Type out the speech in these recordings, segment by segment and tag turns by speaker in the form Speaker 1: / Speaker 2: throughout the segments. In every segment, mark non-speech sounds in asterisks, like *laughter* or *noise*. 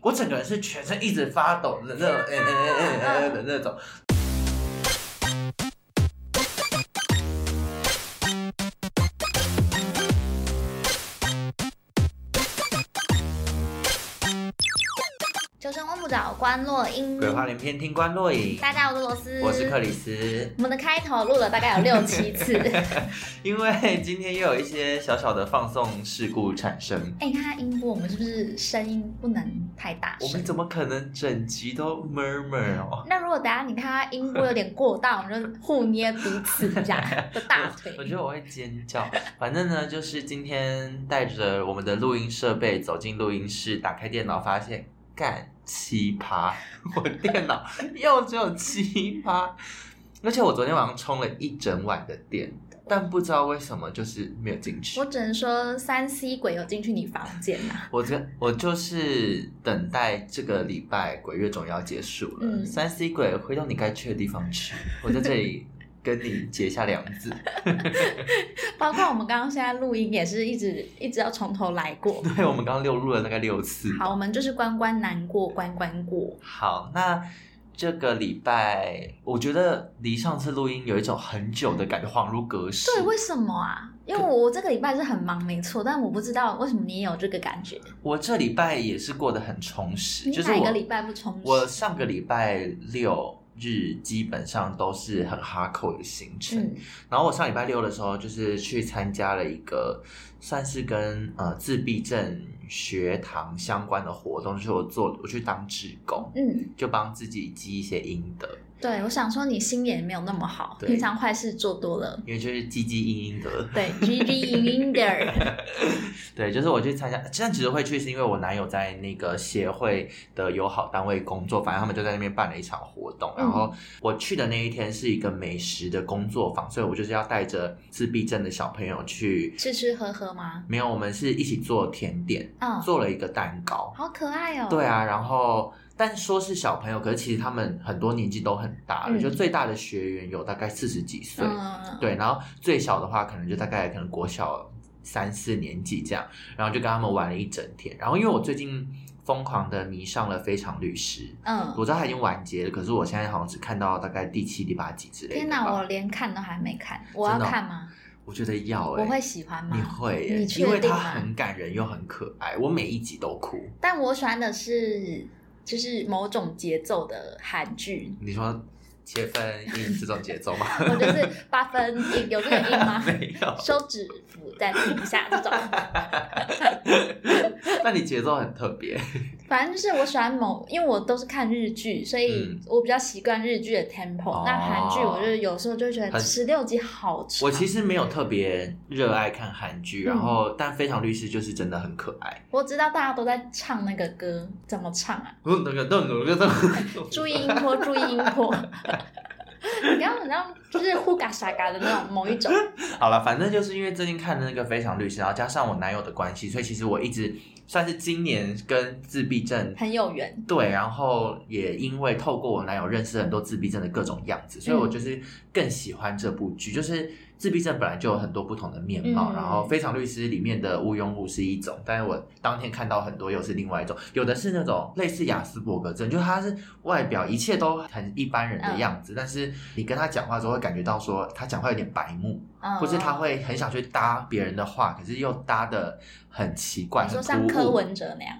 Speaker 1: 我整个人是全身一直发抖的那种，哎哎哎哎哎哎的那种。
Speaker 2: 求生问不找，关落音。
Speaker 1: 鬼话连篇，听官落影。
Speaker 2: 大家好，我是罗斯，
Speaker 1: 我是克里斯，
Speaker 2: 我们的开头录了大概有六七次， *laughs* 哎、
Speaker 1: 因为今天又有一些小小的放送事故产生，
Speaker 2: 你看它哎音波，我们是不是声音不能太大
Speaker 1: 我
Speaker 2: 声
Speaker 1: 们？怎么可能整集都 murmur 哦？
Speaker 2: 那如果等下你看它音波有点过大，我们就互捏彼此一下
Speaker 1: *laughs*
Speaker 2: 的大腿
Speaker 1: 我。觉得我会尖叫。反正呢，就是今天带着我们的录音设备走进录音室，打开电脑，发现干奇葩，我电脑又只有奇葩。而且我昨天晚上充了一整晚的电，但不知道为什么就是没有进去
Speaker 2: 我。只能说三 C 鬼有进去你房间啊呐、
Speaker 1: 我这我就是等待这个礼拜鬼月总要结束了，
Speaker 2: 嗯
Speaker 1: 三 C 鬼回到你该去的地方去。我在这里跟你结下梁子。
Speaker 2: 包括我们刚刚现在录音也是一直一直要从头来过。
Speaker 1: *laughs* 对，我们刚刚溜入了大概六次。
Speaker 2: 好，我们就是关关难过关关过。
Speaker 1: 好，那这个礼拜，我觉得离上次录音有一种很久的感觉，恍如隔世。
Speaker 2: 对，为什么啊？因为我我这个礼拜是很忙，没错，但我不知道为什么你也有这个感觉。
Speaker 1: 我这礼拜也是过得很充实，
Speaker 2: 你
Speaker 1: 就是
Speaker 2: 哪一
Speaker 1: 我
Speaker 2: 个礼拜不充实？
Speaker 1: 我上个礼拜六日基本上都是很哈扣的行程，
Speaker 2: 嗯，
Speaker 1: 然后我上礼拜六的时候，就是去参加了一个算是跟呃自闭症学堂相关的活动，就是我做我去当志工，
Speaker 2: 嗯，
Speaker 1: 就帮自己积一些阴德。
Speaker 2: 对，我想说你心眼没有那么好，
Speaker 1: 对
Speaker 2: 平常坏事做多了。
Speaker 1: 因为就是积积阴阴德，
Speaker 2: 对，G G
Speaker 1: *laughs*
Speaker 2: 赢赢点儿。对
Speaker 1: 对，就是我去参加，现在只是会去，是因为我男友在那个协会的友好单位工作，反正他们就在那边办了一场活动。
Speaker 2: 嗯
Speaker 1: 然后我去的那一天是一个美食的工作坊，所以我就是要带着自闭症的小朋友去。
Speaker 2: 吃吃喝喝吗？
Speaker 1: 没有，我们是一起做甜点，
Speaker 2: 嗯，
Speaker 1: 做了一个蛋糕。
Speaker 2: 好可爱哦。
Speaker 1: 对，啊，然后但说是小朋友，可是其实他们很多年纪都很大了，
Speaker 2: 嗯
Speaker 1: 就最大的学员有大概四十几岁。
Speaker 2: 嗯，
Speaker 1: 对，然后最小的话可能就大概可能国小三四年级这样，然后就跟他们玩了一整天。然后因为我最近疯狂的迷上了《非常律师》，我
Speaker 2: 嗯，
Speaker 1: 知道它已经完结了，可是我现在好像只看到大概第七、第八集之类的。
Speaker 2: 天哪，我！连看都还没看，我要
Speaker 1: 真的哦
Speaker 2: 看吗？
Speaker 1: 我觉得要哎、
Speaker 2: 我会喜欢
Speaker 1: 你
Speaker 2: 吗？
Speaker 1: 会、欸
Speaker 2: 你，确
Speaker 1: 因为
Speaker 2: 定
Speaker 1: 它
Speaker 2: 吗
Speaker 1: 很感人又很可爱，我每一集都哭。
Speaker 2: 但我喜欢的是就是某种节奏的韩剧。
Speaker 1: 你说切分音这种节奏吗？？
Speaker 2: 我就是八分音，有这个音吗
Speaker 1: *laughs* 没有。
Speaker 2: 手指符暂停一下这种，
Speaker 1: 那你节奏很特别，
Speaker 2: 反正就是我喜欢某，因为我都是看日剧，所以
Speaker 1: 嗯
Speaker 2: 我比较习惯日剧的 tempo、
Speaker 1: 哦
Speaker 2: 那韩剧我就有时候就觉得
Speaker 1: 很
Speaker 2: 十六集好长。
Speaker 1: 我其实没有特别热爱看韩剧，然后但《非常律师》就是真的很可爱。
Speaker 2: 我知道大家都在唱那个歌，怎么唱啊？
Speaker 1: 嗯，那个那个那个，
Speaker 2: 注意音波，注意音波。你刚刚好像就是呼嘎沙嘎的那种某一种，
Speaker 1: *laughs* 好了，反正就是因为最近看的那个《非常律师》，然后加上我男友的关系，所以其实我一直算是今年跟自闭症
Speaker 2: 很有缘。
Speaker 1: 对，然后也因为透过我男友认识很多自闭症的各种样子，所以
Speaker 2: 嗯
Speaker 1: 我就是更喜欢这部剧。就是自闭症本来就有很多不同的面貌，
Speaker 2: 嗯
Speaker 1: 然后《非常律师》里面的毋庸物是一种，但是我当天看到很多又是另外一种，有的是那种类似雅斯伯格症，就他是外表一切都很一般人
Speaker 2: 嗯
Speaker 1: 的样子，但是你跟他讲话之后会感觉到说他讲话有点白目，
Speaker 2: 嗯，
Speaker 1: 或是他会很想去搭别人的话，可是又搭的很奇怪，
Speaker 2: 你说
Speaker 1: 很
Speaker 2: 像
Speaker 1: 突
Speaker 2: 柯
Speaker 1: 兀
Speaker 2: 文哲那样，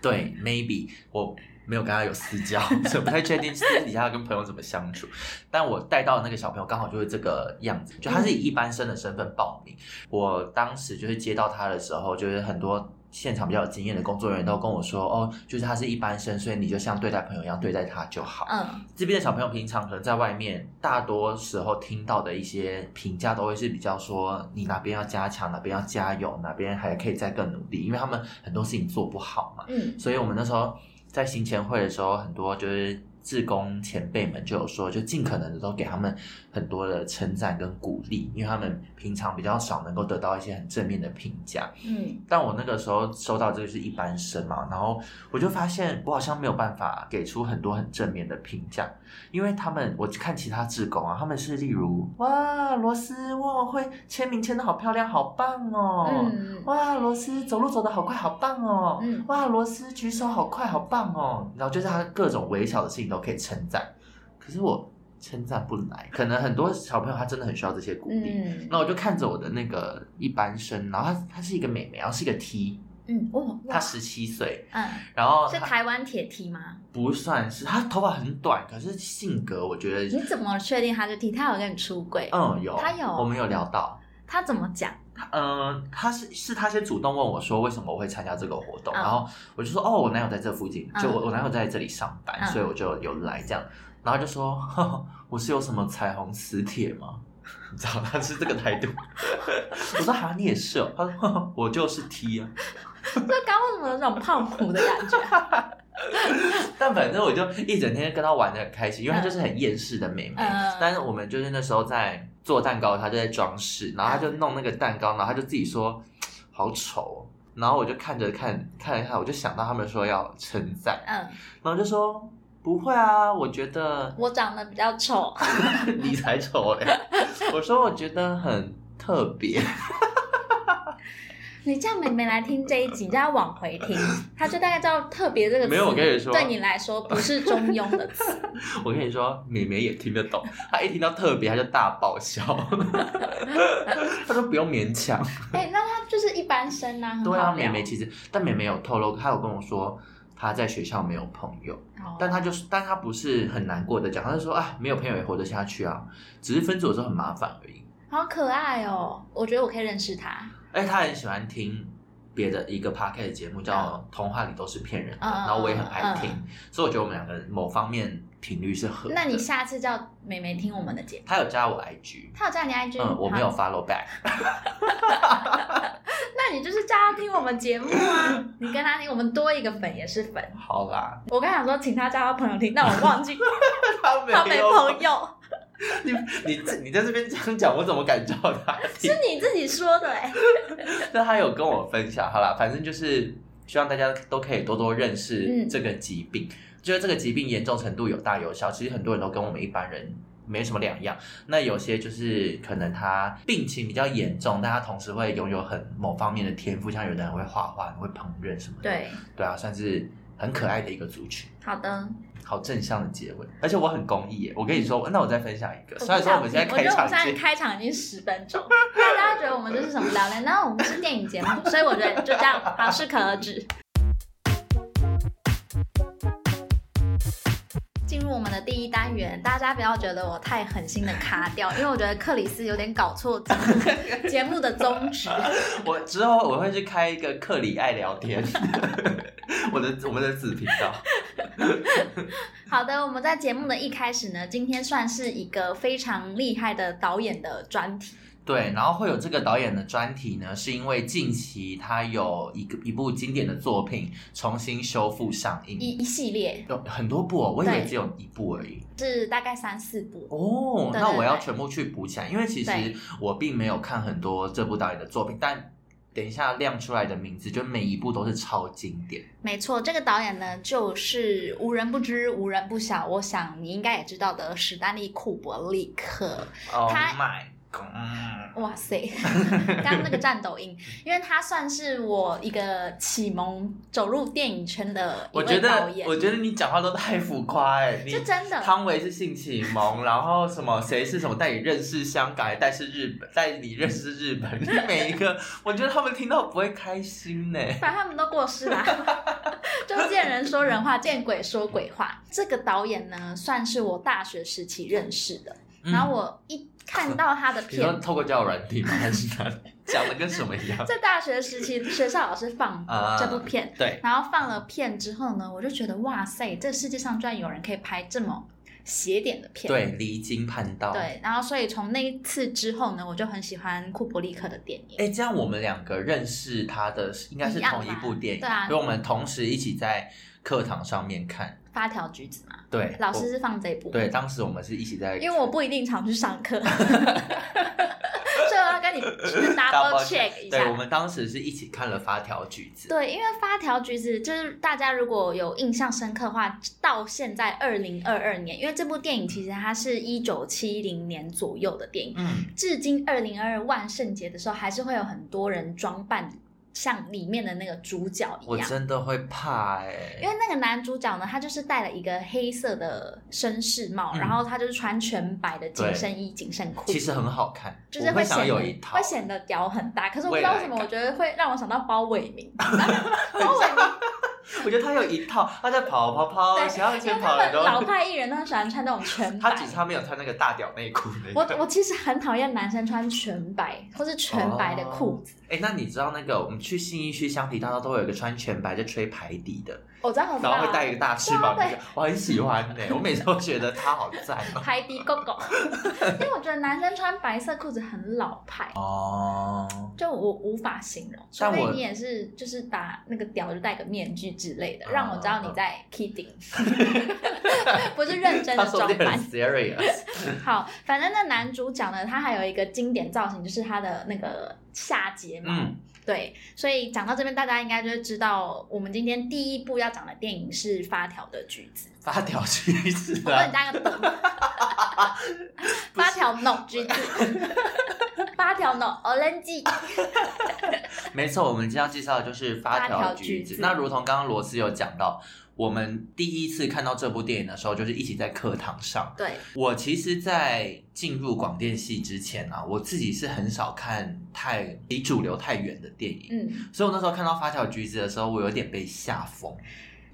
Speaker 1: 对，maybe 我没有跟他有私交， *laughs* 所以不太确定私底下跟朋友怎么相处。但我带到的那个小朋友刚好就是这个样子，就他是以一般生的身份报名。我当时就是接到他的时候，就是很多。现场比较有经验的工作人员都跟我说，哦，就是他是一般生，所以你就像对待朋友一样对待他就好。
Speaker 2: 嗯，
Speaker 1: 这边的小朋友平常可能在外面，大多时候听到的一些评价都会是比较说你哪边要加强，哪边要加油，哪边还可以再更努力，因为他们很多事情做不好嘛。
Speaker 2: 嗯
Speaker 1: 所以我们那时候在行前会的时候，很多就是志工前辈们就有说，就尽可能的都给他们很多的称赞跟鼓励，因为他们平常比较少能够得到一些很正面的评价。
Speaker 2: 嗯，
Speaker 1: 但我那个时候收到这个是一般生嘛，然后我就发现我好像没有办法给出很多很正面的评价，因为他们我看其他志工啊，他们是例如哇罗斯我会签名签的好漂亮，好棒哦，
Speaker 2: 嗯
Speaker 1: 哇罗斯走路走的好快，好棒哦，
Speaker 2: 嗯
Speaker 1: 哇罗斯举手好快，好棒哦，然后就是他各种微小的事情都可以称赞，可是我称赞不来，可能很多小朋友他真的很需要这些鼓励。
Speaker 2: 嗯
Speaker 1: 那我就看着我的那个一班生，然后她她是一个妹妹，然后是一个 T，
Speaker 2: 嗯，哦，哇
Speaker 1: 她十七岁，
Speaker 2: 嗯，
Speaker 1: 然后
Speaker 2: 是
Speaker 1: 她
Speaker 2: 台湾铁梯吗？
Speaker 1: 不算是她头发很短，可是性格我觉
Speaker 2: 你
Speaker 1: 得，
Speaker 2: 怎么确定他是梯？他有跟你出轨？
Speaker 1: 嗯，有，
Speaker 2: 她有
Speaker 1: 我们有聊到，
Speaker 2: 他怎么讲？
Speaker 1: 嗯，他是是他先主动问我说为什么我会参加这个活动，
Speaker 2: 嗯
Speaker 1: 然后我就说哦，我男友在这附近，
Speaker 2: 嗯
Speaker 1: 就我我男友在这里上班，
Speaker 2: 嗯
Speaker 1: 所以我就有来这样，然后就说呵呵我是有什么彩虹磁铁吗？ *laughs* 你知道他是这个态度， *laughs* 我说哈你也是哦，他说呵呵我就是 T 啊，
Speaker 2: 这刚为什么有种胖虎的感 *laughs* 觉？
Speaker 1: 但反正我就一整天跟她玩的很开心，因为她就是很厌世的妹妹。
Speaker 2: 嗯
Speaker 1: 但是我们就是那时候在做蛋糕，她就在装饰，然后她就弄那个蛋糕，然后她就自己说好丑、哦。然后我就看着看看了看，我就想到他们说要称赞，
Speaker 2: 嗯，
Speaker 1: 然后就说不会啊，我觉得
Speaker 2: 我长得比较丑，
Speaker 1: 你才丑嘞。我说我觉得很特别，
Speaker 2: *laughs* 你叫美美来听这一集，你叫她往回 *laughs* 听，她就大概知道“特别”这个词。
Speaker 1: 没有我跟你说
Speaker 2: 对你来说不是中庸的词。 *laughs*
Speaker 1: 我跟你说，妹妹也听得懂，她一听到特别，她就大爆笑。 *laughs* 她说不用勉强。
Speaker 2: 哎、那她就是一般生啊，很
Speaker 1: 对啊，
Speaker 2: 好
Speaker 1: 妹
Speaker 2: 聊。
Speaker 1: 妹其实，但妹妹有透露，她有跟我说她在学校没有朋友，
Speaker 2: 哦
Speaker 1: 但她就是，但她不是很难过的讲，她就说啊，没有朋友也活得下去啊，只是分组的时候很麻烦而已。
Speaker 2: 好可爱哦，我觉得我可以认识她。
Speaker 1: 而且她很喜欢听别的一个 podcast 节目叫《童话里都是骗人的》，
Speaker 2: 嗯
Speaker 1: 然后我也很爱听
Speaker 2: 嗯，
Speaker 1: 所以我觉得我们两个人某方面频率是合的。
Speaker 2: 那你下次叫美美听我们的节目，
Speaker 1: 她有加我 IG，
Speaker 2: 她有叫你 IG，、
Speaker 1: 嗯，我没有
Speaker 2: 好
Speaker 1: follow back。
Speaker 2: 那你就是叫她听我们节目
Speaker 1: *laughs*
Speaker 2: 啊，你跟她听，我们多一个粉也是粉。
Speaker 1: 好啦，
Speaker 2: 我刚想说请她叫她朋友听，但我忘记
Speaker 1: 她 *laughs* 没
Speaker 2: 她没朋友，
Speaker 1: 你你这你在这边这样讲，我怎么敢叫
Speaker 2: *laughs*
Speaker 1: 她听？
Speaker 2: 是你自己说的哎、
Speaker 1: *laughs* 那他有跟我分享，好啦，反正就是希望大家都可以多多认识
Speaker 2: 嗯
Speaker 1: 这个疾病，就是这个疾病严重程度有大有小，其实很多人都跟我们一般人。没什么两样，那有些就是可能他病情比较严重，但他同时会拥有很某方面的天赋，像有的人会画画、很会烹饪什么的。
Speaker 2: 对，
Speaker 1: 对啊，算是很可爱的一个族群，
Speaker 2: 好的。
Speaker 1: 好正向的结尾。而且我很公益耶，我跟你说，那我再分享一个。
Speaker 2: 不
Speaker 1: 虽然说我们现
Speaker 2: 想
Speaker 1: 在
Speaker 2: 听
Speaker 1: 开
Speaker 2: 我觉得我
Speaker 1: 场
Speaker 2: 们现
Speaker 1: 已
Speaker 2: 在
Speaker 1: 经
Speaker 2: 开场已经十分钟，大家觉得我们这是什么聊天？那我们是电影节目，所以我觉得就这样，好适可而止。进入我们的第一单元，大家不要觉得我太狠心的卡掉，因为我觉得克里斯有点搞错 *laughs* 节目节目的宗旨。
Speaker 1: 我之后我会去开一个克里爱聊 *laughs* 天，我的我们的子频道。
Speaker 2: 好的，我们在节目的一开始呢，今天算是一个非常厉害的导演的专题。
Speaker 1: 对，然后会有这个导演的专题呢，是因为近期他有一个一部经典的作品重新修复上
Speaker 2: 一
Speaker 1: 映，
Speaker 2: 一系列
Speaker 1: 有很多部、哦，我以为
Speaker 2: 对
Speaker 1: 只有一部而已。
Speaker 2: 是大概三四部，
Speaker 1: 哦，
Speaker 2: 对
Speaker 1: 那
Speaker 2: 对
Speaker 1: 我要
Speaker 2: 对
Speaker 1: 全部去补起来，因为其实
Speaker 2: 对
Speaker 1: 我并没有看很多这部导演的作品，但等一下亮出来的名字，就每一部都是超经典。
Speaker 2: 没错，这个导演呢，就是无人不知、无人不晓，我想你应该也知道的史丹利·库伯利克。
Speaker 1: Oh
Speaker 2: 他
Speaker 1: my god！
Speaker 2: 哇塞， *laughs* 刚刚那个战抖音，因为他算是我一个启蒙走入电影圈的一
Speaker 1: 我觉
Speaker 2: 位导
Speaker 1: 得
Speaker 2: 演，，
Speaker 1: 我觉得你讲话都太浮夸哎、你
Speaker 2: 是真的。
Speaker 1: 汤唯是性启蒙，然后什么谁是什么带你认识香港，还带是日本，带你认识日本， *laughs* 每一个我觉得他们听到不会开心呢。
Speaker 2: 反正他们都过世啦，
Speaker 1: *laughs*
Speaker 2: 就见人说人话，见鬼说鬼话。这个导演呢，算是我大学时期认识的，然后
Speaker 1: 我、
Speaker 2: 我一看到他的
Speaker 1: 你
Speaker 2: 片
Speaker 1: 说透过交友软体吗？还是哪里？讲的跟什么一样？
Speaker 2: *laughs* 在大学时期，学校老师放
Speaker 1: 啊
Speaker 2: 这部片，
Speaker 1: 对，
Speaker 2: 然后放了片之后呢，我就觉得哇塞，这世界上居然有人可以拍这么邪点的片。
Speaker 1: 对，离经叛道。，
Speaker 2: 对然后所以从那一次之后呢，我就很喜欢库伯利克的电影。
Speaker 1: 哎，这样我们两个认识他的应该是同一部电影，
Speaker 2: 一样吧对啊
Speaker 1: 因为我们同时一起在课堂上面看，
Speaker 2: 发条橘子嘛，
Speaker 1: 对，
Speaker 2: 老师
Speaker 1: 我
Speaker 2: 是放这一部，
Speaker 1: 对，，当时我们是一起在，
Speaker 2: 因为我不一定常去
Speaker 1: *laughs*
Speaker 2: 上课，所以我要跟你去 double
Speaker 1: Double
Speaker 2: check 一
Speaker 1: 对，我
Speaker 2: 下。
Speaker 1: 们当时是一起看了发条橘子，
Speaker 2: 对，因为发条橘子就是大家如果有印象深刻的话，到现在二零二二年，因为这部电影其实它是一九七零年左右的电影，
Speaker 1: 嗯，
Speaker 2: 至今二零二二万圣节的时候，还是会有很多人装扮像里面的那个主角一
Speaker 1: 我
Speaker 2: 样。
Speaker 1: 真的会怕哎、
Speaker 2: 因为那个男主角呢，他就是戴了一个黑色的绅士帽，
Speaker 1: 嗯
Speaker 2: 然后他就是穿全白的紧身衣、紧身裤，
Speaker 1: 其实很好看，
Speaker 2: 就是
Speaker 1: 我会
Speaker 2: 显
Speaker 1: 想
Speaker 2: 得
Speaker 1: 要有一套
Speaker 2: 会，显得屌很大。可是我不知道为什么，
Speaker 1: 未来感
Speaker 2: 我觉得会让我想到包伟
Speaker 1: *laughs*
Speaker 2: 明，包伟明，
Speaker 1: 我觉得他有一套，他在跑跑跑，
Speaker 2: 对
Speaker 1: 想要
Speaker 2: 因为
Speaker 1: 先
Speaker 2: 他
Speaker 1: 跑了
Speaker 2: 们
Speaker 1: 都，
Speaker 2: 老派艺人都很喜欢穿那种
Speaker 1: *laughs*
Speaker 2: 全
Speaker 1: 他
Speaker 2: 白。
Speaker 1: 只差没有穿那个大屌内裤那
Speaker 2: 我
Speaker 1: 个。
Speaker 2: 我其实很讨厌男生穿全白或是全白的裤子，
Speaker 1: 哎、那你知道那个我们去信义区香皮大道都会有一个穿全白在吹排笛的，
Speaker 2: 我知道我知
Speaker 1: 哦然后
Speaker 2: 道
Speaker 1: 会带一个大翅膀那个，我很喜欢呢、我每次都觉得他好赞哦、
Speaker 2: 拍低狗
Speaker 1: *laughs*
Speaker 2: 狗，因为我觉得男生穿白色裤子很老派，
Speaker 1: 哦，
Speaker 2: 就我无法形容。除
Speaker 1: 但我
Speaker 2: 非你也是就是把那个屌就戴个面具之类
Speaker 1: 哦
Speaker 2: 的，让我知道你在
Speaker 1: *laughs*
Speaker 2: kidding，不是 *laughs* 认真
Speaker 1: 他
Speaker 2: 的
Speaker 1: 说
Speaker 2: 装
Speaker 1: 的很
Speaker 2: 扮。
Speaker 1: serious，
Speaker 2: 好，反正那男主角呢，他还有一个经典造型，就是他的那个下睫毛。
Speaker 1: 嗯，
Speaker 2: 对，所以讲到这边，大家应该就会知道，我们今天第一部要讲的电影是《发条的橘子》。
Speaker 1: 发条橘子
Speaker 2: 我帮
Speaker 1: 啊
Speaker 2: 你，加个懂，
Speaker 1: *laughs*
Speaker 2: 八条 no 橘子，八条 no orange，
Speaker 1: 没错，我们今天要介绍的就是发
Speaker 2: 发
Speaker 1: 条
Speaker 2: 条
Speaker 1: 橘
Speaker 2: 橘
Speaker 1: 子
Speaker 2: 子。
Speaker 1: 那如同刚刚罗斯有讲到，我们第一次看到这部电影的时候，就是一起在课堂上。
Speaker 2: 对，
Speaker 1: 我其实，在进入广电系之前啊，我自己是很少看太离主流太远的电影，
Speaker 2: 嗯，
Speaker 1: 所以我那时候看到发条橘子的时候，我有点被吓疯，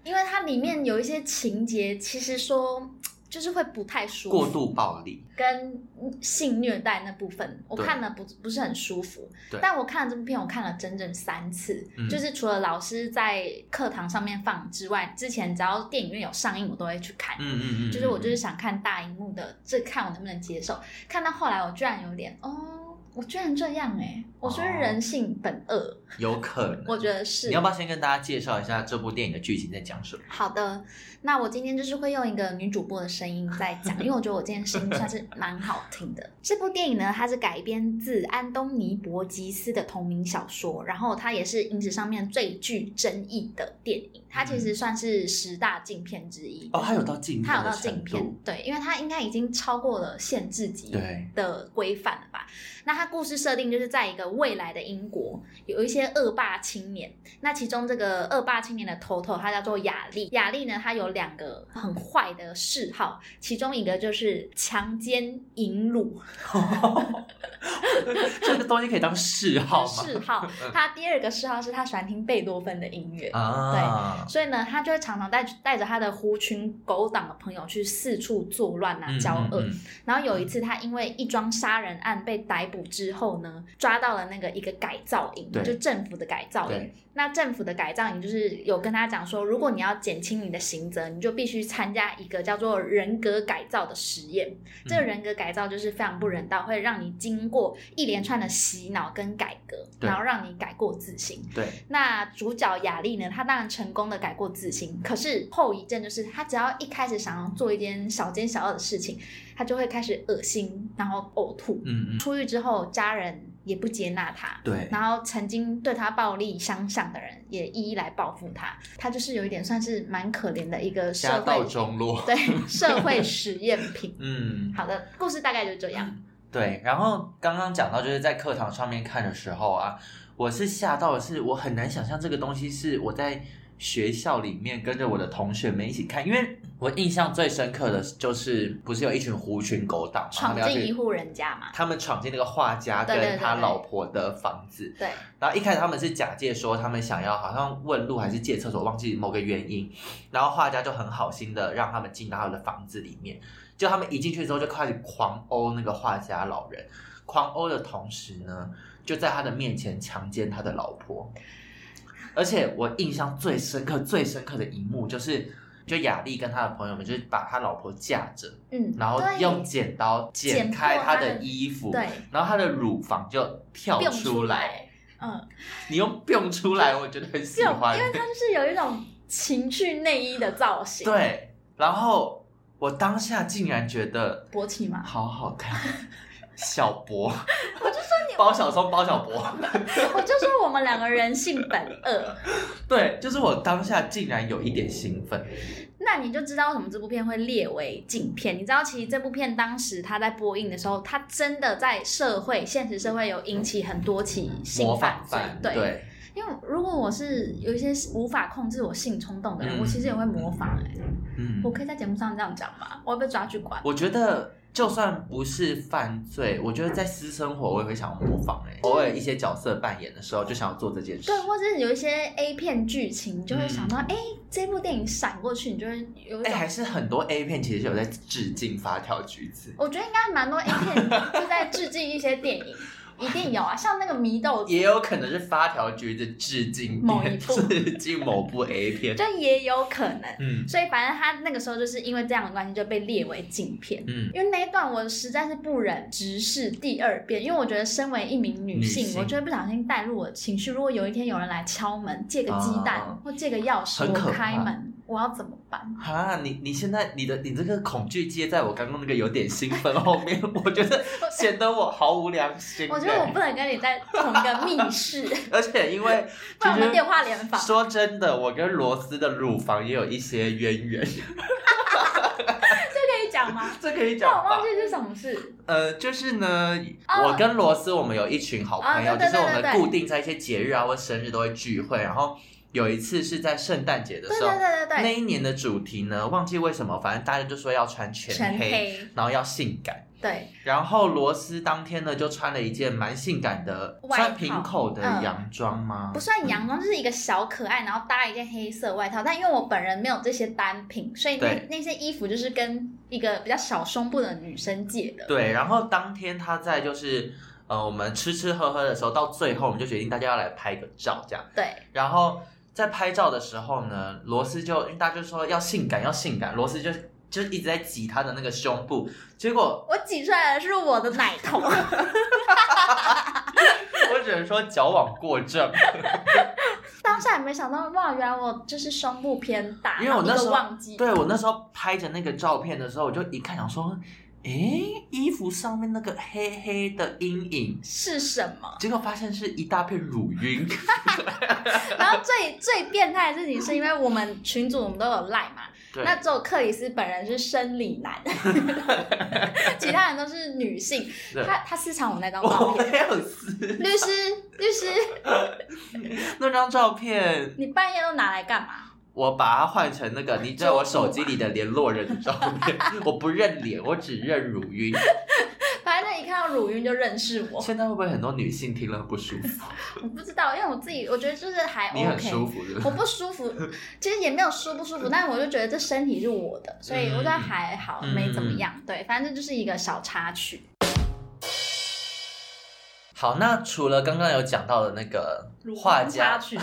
Speaker 2: 因为它里面有一些情节，其实说就是会不太舒服，
Speaker 1: 过度暴力。
Speaker 2: 跟性虐待那部分，我
Speaker 1: 对
Speaker 2: 看了不不是很舒服
Speaker 1: 对。
Speaker 2: 但我看了这部片，我看了整整三次，
Speaker 1: 嗯
Speaker 2: 就是除了老师在课堂上面放之外，之前只要电影院有上映，我都会去看。
Speaker 1: 嗯嗯嗯，
Speaker 2: 就是我就是
Speaker 1: 嗯
Speaker 2: 想看大荧幕的，这看我能不能接受。看到后来，我居然有点哦，我居然这样哎、我觉得人性本恶，
Speaker 1: 有可能，
Speaker 2: 我觉得是
Speaker 1: 哦你要。不要先跟大家介绍一下这部电影的剧情在讲什么？
Speaker 2: 好的，那我今天就是会用一个女主播的声音在
Speaker 1: *laughs*
Speaker 2: 讲，因为我觉得我今天声音算是蛮好听的。这部电影呢，它是改编自安东尼·伯吉斯的同名小说，然后它也是影史上面最具争议的电影，它其实算是十大禁片之一。
Speaker 1: 嗯哦，它有到禁片
Speaker 2: 它有
Speaker 1: 的
Speaker 2: 到
Speaker 1: 程
Speaker 2: 禁
Speaker 1: 度
Speaker 2: 片，，对，因为它应该已经超过了限制级
Speaker 1: 对
Speaker 2: 的规范了吧？那它故事设定就是在一个未来的英国，有一些恶霸青年。那其中这个恶霸青年的头头，他叫做雅丽。雅丽呢，她有两个很坏的嗜好，其中一个就是强奸淫辱
Speaker 1: 这个东西可以当嗜好吗？
Speaker 2: 嗜好。她第二个嗜好是她喜欢听贝多芬的音乐。
Speaker 1: 啊，
Speaker 2: 所以呢，他就会常常带带着他的狐群狗党的朋友去四处作乱啊、交恶。
Speaker 1: 嗯嗯
Speaker 2: 然后有一次，他因为一桩杀人案被逮捕之后呢，抓到了那个一个改造营，
Speaker 1: 对
Speaker 2: 就政府的改造营
Speaker 1: 对。
Speaker 2: 那政府的改造营就是有跟他讲说，如果你要减轻你的刑责，你就必须参加一个叫做人格改造的实验。
Speaker 1: 嗯
Speaker 2: 这个人格改造就是非常不人道，会让你经过一连串的洗脑跟改革，
Speaker 1: 对
Speaker 2: 然后让你改过自新。
Speaker 1: 嗯对，
Speaker 2: 那主角雅丽呢，她当然成功的改过自新，可是后遗症就是她只要一开始想要做一件小奸小恶的事情，她就会开始恶心，然后呕吐。
Speaker 1: 嗯嗯，
Speaker 2: 出狱之后，家人也不接纳她。
Speaker 1: 对，
Speaker 2: 然后曾经对她暴力相向的人也一一来报复她，她就是有一点算是蛮可怜的一个社
Speaker 1: 家道
Speaker 2: 会
Speaker 1: 中落，
Speaker 2: 对社会实验品。
Speaker 1: 嗯，
Speaker 2: 好的，故事大概就这样。
Speaker 1: 对。然后刚刚讲到就是在课堂上面看的时候啊，我是吓到的是，我很难想象这个东西是我在学校里面跟着我的同学们一起看，因为我印象最深刻的就是不是有一群狐群狗党嘛，他
Speaker 2: 闯
Speaker 1: 们要
Speaker 2: 进
Speaker 1: 去
Speaker 2: 一户人家嘛，
Speaker 1: 他们闯进那个画家
Speaker 2: 对对
Speaker 1: 跟
Speaker 2: 对
Speaker 1: 他
Speaker 2: 对
Speaker 1: 老婆的房子，
Speaker 2: 对，
Speaker 1: 然后一开始他们是假借说他们想要好像问路还是借厕所，忘记某个原因，然后画家就很好心的让他们进到他的房子里面，就他们一进去之后就开始狂殴那个画家老人，狂殴的同时呢，就在他的面前强奸他的老婆，而且我印象最深刻、最深刻的一幕就是。就雅丽跟她的朋友们，就是把她老婆架着，
Speaker 2: 嗯，
Speaker 1: 然后
Speaker 2: 对
Speaker 1: 用剪刀剪
Speaker 2: 剪
Speaker 1: 开
Speaker 2: 破
Speaker 1: 她
Speaker 2: 她
Speaker 1: 的
Speaker 2: 的
Speaker 1: 衣服，
Speaker 2: 对
Speaker 1: 然后她的乳房就跳
Speaker 2: 蹦
Speaker 1: 出来，
Speaker 2: 来，嗯。
Speaker 1: *laughs* 你用“蹦”出来，我觉得很喜
Speaker 2: 就
Speaker 1: 欢
Speaker 2: 因。为它就是有一种情趣内衣的造型，，
Speaker 1: 对，然后我当下竟然觉得
Speaker 2: 勃起嘛，
Speaker 1: 好好看，
Speaker 2: *laughs*
Speaker 1: 小博，
Speaker 2: 我就说你，
Speaker 1: 包小松，包小博，
Speaker 2: 我就说我们两个人性本恶，
Speaker 1: 对，就是我当下竟然有一点兴奋，
Speaker 2: 那你就知道为什么这部片会列为禁片。你知道，其实这部片当时它在播映的时候，它真的在社会、现实社会有引起很多起性
Speaker 1: 模
Speaker 2: 犯
Speaker 1: 仿
Speaker 2: 罪
Speaker 1: 犯，，
Speaker 2: 对，
Speaker 1: 对，
Speaker 2: 因为如果我是有一些无法控制我性冲动的
Speaker 1: 嗯
Speaker 2: 人，我其实也会模仿、哎，
Speaker 1: 嗯
Speaker 2: 我，可以在节目上这样讲吗？我会被抓去管。
Speaker 1: 我觉得。就算不是犯罪，我觉得在私生活我也会想要模仿哎、偶尔一些角色扮演的时候就想要做这件事
Speaker 2: 嗯对，。或者是有一些 A 片剧情，你就会想到，哎、这部电影闪过去，你就会有一
Speaker 1: 嗯哎、
Speaker 2: 种，
Speaker 1: 还是很多 A 片其实是有在致敬发条橘子，
Speaker 2: 我觉得应该蛮多 A 片就在致敬一些电影，一定有啊，像那个迷
Speaker 1: *laughs*
Speaker 2: 豆子
Speaker 1: 也有可能是发条橘子致敬
Speaker 2: 某一部
Speaker 1: 致敬某部 A 片。
Speaker 2: *laughs* 就也有可能。
Speaker 1: 嗯
Speaker 2: 所以反正他那个时候就是因为这样的关系就被列为禁片。
Speaker 1: 嗯，
Speaker 2: 因为那一段我实在是不忍直视第二遍，因为我觉得身为一名女性，
Speaker 1: 女性
Speaker 2: 我就会不小心带入我的情绪。如果有一天有人来敲门，借个鸡蛋、
Speaker 1: 啊
Speaker 2: 或借个钥匙，
Speaker 1: 很
Speaker 2: 我
Speaker 1: 可怕
Speaker 2: 开门，我要怎么办？
Speaker 1: 啊，你你现在你的你这个恐惧接在我刚刚那个有点兴奋后面，我觉得显得我毫无良心欸。
Speaker 2: 我觉得我不能跟你在同一个密
Speaker 1: *laughs*
Speaker 2: 室，
Speaker 1: 而且因
Speaker 2: *laughs*
Speaker 1: 为
Speaker 2: 不然我们
Speaker 1: 其实
Speaker 2: 电话联访。
Speaker 1: 说真的，我跟罗斯的乳房也有一些渊源，
Speaker 2: *laughs* 这可以讲吗？
Speaker 1: 这可以
Speaker 2: 但
Speaker 1: 讲
Speaker 2: 我忘
Speaker 1: 吧
Speaker 2: 记？是什么事。
Speaker 1: 呃，就是呢，
Speaker 2: 哦
Speaker 1: 我跟罗斯我们有一群好朋友，
Speaker 2: 哦
Speaker 1: 就
Speaker 2: 对
Speaker 1: 是
Speaker 2: 对
Speaker 1: 我
Speaker 2: 对对
Speaker 1: 们
Speaker 2: 对
Speaker 1: 固定在一些节日啊或生日都会聚会，然后有一次是在圣诞节的
Speaker 2: 对
Speaker 1: 时候
Speaker 2: 对。对对
Speaker 1: 那
Speaker 2: 对，
Speaker 1: 一年的主题呢，忘记为什么，反正大家就说要穿全
Speaker 2: 全黑。
Speaker 1: 然后要性感。
Speaker 2: 对，
Speaker 1: 然后罗斯当天呢，就穿了一件蛮性感的，
Speaker 2: 外套
Speaker 1: 算平口的洋装吗？
Speaker 2: 嗯不算洋装，就是一个小可爱，然后搭一件黑色外套。但因为我本人没有这些单品，所以那
Speaker 1: 对
Speaker 2: 那些衣服就是跟一个比较小胸部的女生借的。
Speaker 1: 对，然后当天他在就是呃，我们吃吃喝喝的时候，到最后我们就决定大家要来拍个照这样。
Speaker 2: 对，
Speaker 1: 然后在拍照的时候呢，罗斯就因为大家就说要性感要性感，罗斯就就一直在挤他的那个胸部，结果
Speaker 2: 我挤出来的是我的奶头， *laughs*
Speaker 1: 我只能说矫枉过正。
Speaker 2: 当下也没想到，哇，原来我就是胸部偏大，
Speaker 1: 因为我那
Speaker 2: 然后一
Speaker 1: 时
Speaker 2: 个
Speaker 1: 候
Speaker 2: 忘记，
Speaker 1: 对我那时候拍着那个照片的时候，我就一看想说，诶，衣服上面那个黑黑的阴影，
Speaker 2: 是什么。
Speaker 1: 结果发现是一大片乳晕。
Speaker 2: 然后最最变态的事情是因为我们群主我们都有赖嘛，
Speaker 1: 对，
Speaker 2: 那只有克里斯本人是生理
Speaker 1: *laughs*
Speaker 2: 男，其他人都是女性。
Speaker 1: 对哦
Speaker 2: 他他私藏我那张照
Speaker 1: 我
Speaker 2: 片，
Speaker 1: 没有撕
Speaker 2: 律师律师，
Speaker 1: 那张照片，
Speaker 2: 你半夜都拿来干嘛？
Speaker 1: 我把它换成那个你在我手机里的联络人的照片， *laughs* 我不认脸，我只认乳晕。
Speaker 2: 反正一看到乳晕就认识我， *laughs*
Speaker 1: 现在会不会很多女性听了很不舒服？
Speaker 2: 我不知道，因为我自己我觉得就是还
Speaker 1: 你
Speaker 2: OK，
Speaker 1: 很舒服是不是
Speaker 2: 我不舒服，其实也没有舒不舒服，但是我就觉得这身体是我的，所以我觉得还好，
Speaker 1: 嗯
Speaker 2: 没怎么样。对，反正这就是一个小插曲。
Speaker 1: 好，那除了刚刚有讲到的那个画家
Speaker 2: 插，曲，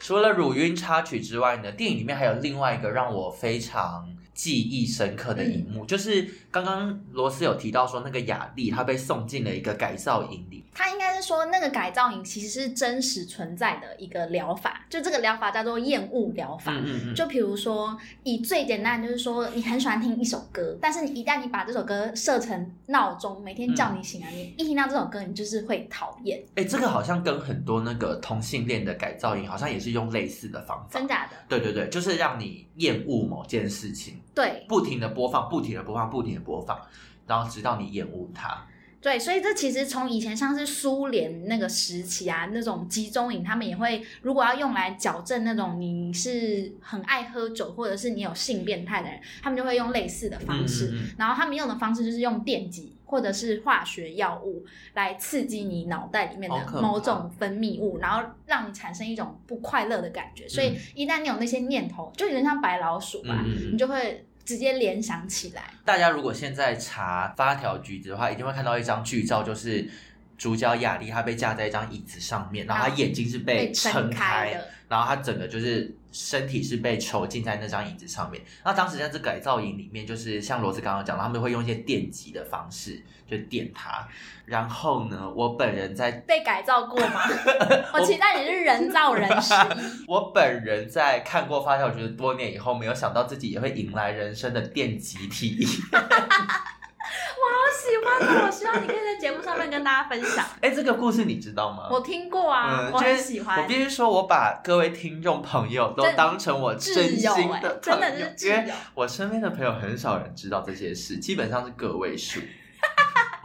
Speaker 1: 除了乳晕插曲之外呢，电影里面还有另外一个让我非常记忆深刻的一
Speaker 2: 嗯
Speaker 1: 幕，就是刚刚罗斯有提到说，那个雅丽她被送进了一个改造营里，
Speaker 2: 他应该是说那个改造营其实是真实存在的一个疗法，就这个疗法叫做厌恶疗法。
Speaker 1: 嗯嗯
Speaker 2: 就比如说，以最简单的就是说，你很喜欢听一首歌，但是你一旦你把这首歌设成闹钟，每天叫你醒来，你一听到这首歌，你就是会讨厌，
Speaker 1: 哎、这个好像跟很多那个同性恋的改造营好像也是用类似的方法
Speaker 2: 真。假的？
Speaker 1: 对对对，就是让你厌恶某件事情，
Speaker 2: 对
Speaker 1: 不停的播放，不停的播放，不停的播放，然后直到你厌恶它。
Speaker 2: 对，所以这其实从以前像是苏联那个时期啊，那种集中营，他们也会如果要用来矫正那种你是很爱喝酒或者是你有性变态的人，他们就会用类似的方式。
Speaker 1: 嗯嗯嗯
Speaker 2: 然后他们用的方式就是用电极或者是化学药物来刺激你脑袋里面
Speaker 1: 好可怕
Speaker 2: 的某种分泌物，然后让你产生一种不快乐的感觉。所以
Speaker 1: 嗯
Speaker 2: 一旦你有那些念头，就有点像白老鼠吧，
Speaker 1: 嗯嗯嗯
Speaker 2: 你就会直接联想起来。
Speaker 1: 大家如果现在查发条橘子的话，一定会看到一张剧照，就是主角雅丽她被架在一张椅子上面，然后她眼睛是
Speaker 2: 被
Speaker 1: 撑
Speaker 2: 撑
Speaker 1: 开，
Speaker 2: 的，
Speaker 1: 然后她整个就是身体是被囚禁在那张椅子上面。那当时在这改造营里面，就是像罗斯刚刚讲的，他们会用一些电击的方式就电她。然后呢，我本人在 *laughs*
Speaker 2: 被改造过吗？我期待你是人造人
Speaker 1: *laughs*
Speaker 2: 实一，
Speaker 1: 我本人在看过《发条觉得多年以后，没有想到自己也会迎来人生的电击体验。
Speaker 2: 我好喜欢你，我希望你可以在节目上面跟大家分享。哦
Speaker 1: 哎，这个故事你知道吗？
Speaker 2: 我听过啊，
Speaker 1: 嗯
Speaker 2: 我
Speaker 1: 就是
Speaker 2: 很喜欢
Speaker 1: 我必。须说，我把各位听众朋友都
Speaker 2: 真
Speaker 1: 当成我
Speaker 2: 挚
Speaker 1: 真心
Speaker 2: 友哎、
Speaker 1: 的朋
Speaker 2: 真
Speaker 1: 友，
Speaker 2: 的是
Speaker 1: 因
Speaker 2: 挚
Speaker 1: 为
Speaker 2: 友，
Speaker 1: 我身边的朋友很少人知道这些事，基本上是个位
Speaker 2: *laughs*
Speaker 1: 数。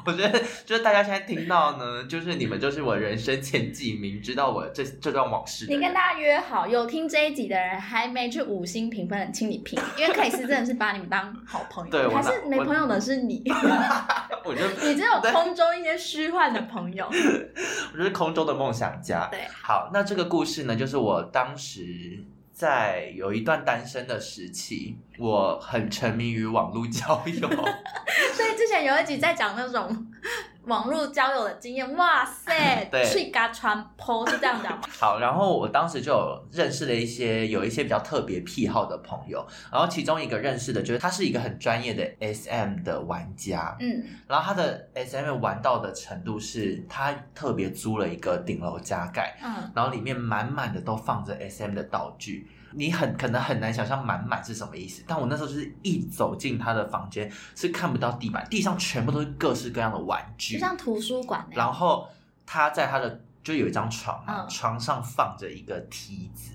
Speaker 1: 我觉得就是大家现在听到呢，就是你们就是我人生前几名，知道我这这段往事的人。
Speaker 2: 你跟大家约好，有听这一集的人还没去五星评分的，请你
Speaker 1: *laughs*
Speaker 2: 评，因为克里斯真的是把你们当好朋友，
Speaker 1: 对我
Speaker 2: 还
Speaker 1: 拿
Speaker 2: 是没
Speaker 1: 我
Speaker 2: 朋友的是
Speaker 1: *laughs*
Speaker 2: 你，
Speaker 1: 我觉得
Speaker 2: 你只有
Speaker 1: 对
Speaker 2: 空中一些虚幻的朋友。
Speaker 1: 我就是空中的梦想家。
Speaker 2: 对，
Speaker 1: 好，那这个故事呢，就是我当时在有一段单身的时期，我很沉迷于网络交友。
Speaker 2: 所以之前有一集在讲那种网络交友的经验，哇塞，
Speaker 1: *laughs* 对
Speaker 2: 去嘎传播是这
Speaker 1: *laughs*
Speaker 2: 样讲吗？
Speaker 1: 好，然后我当时就有认识了一些有一些比较特别癖好的朋友，然后其中一个认识的，就是他是一个很专业的 SM 的玩家，
Speaker 2: 嗯，
Speaker 1: 然后他的 SM 玩到的程度是，他特别租了一个顶楼加盖，
Speaker 2: 嗯，
Speaker 1: 然后里面满满的都放着 SM 的道具。你很可能很难想象满满是什么意思，但我那时候就是一走进他的房间是看不到地板，地上全部都是各式各样的玩具，
Speaker 2: 就像图书馆那样，
Speaker 1: 然后他在他的就有一张床嘛，
Speaker 2: 嗯
Speaker 1: 床上放着一个梯子，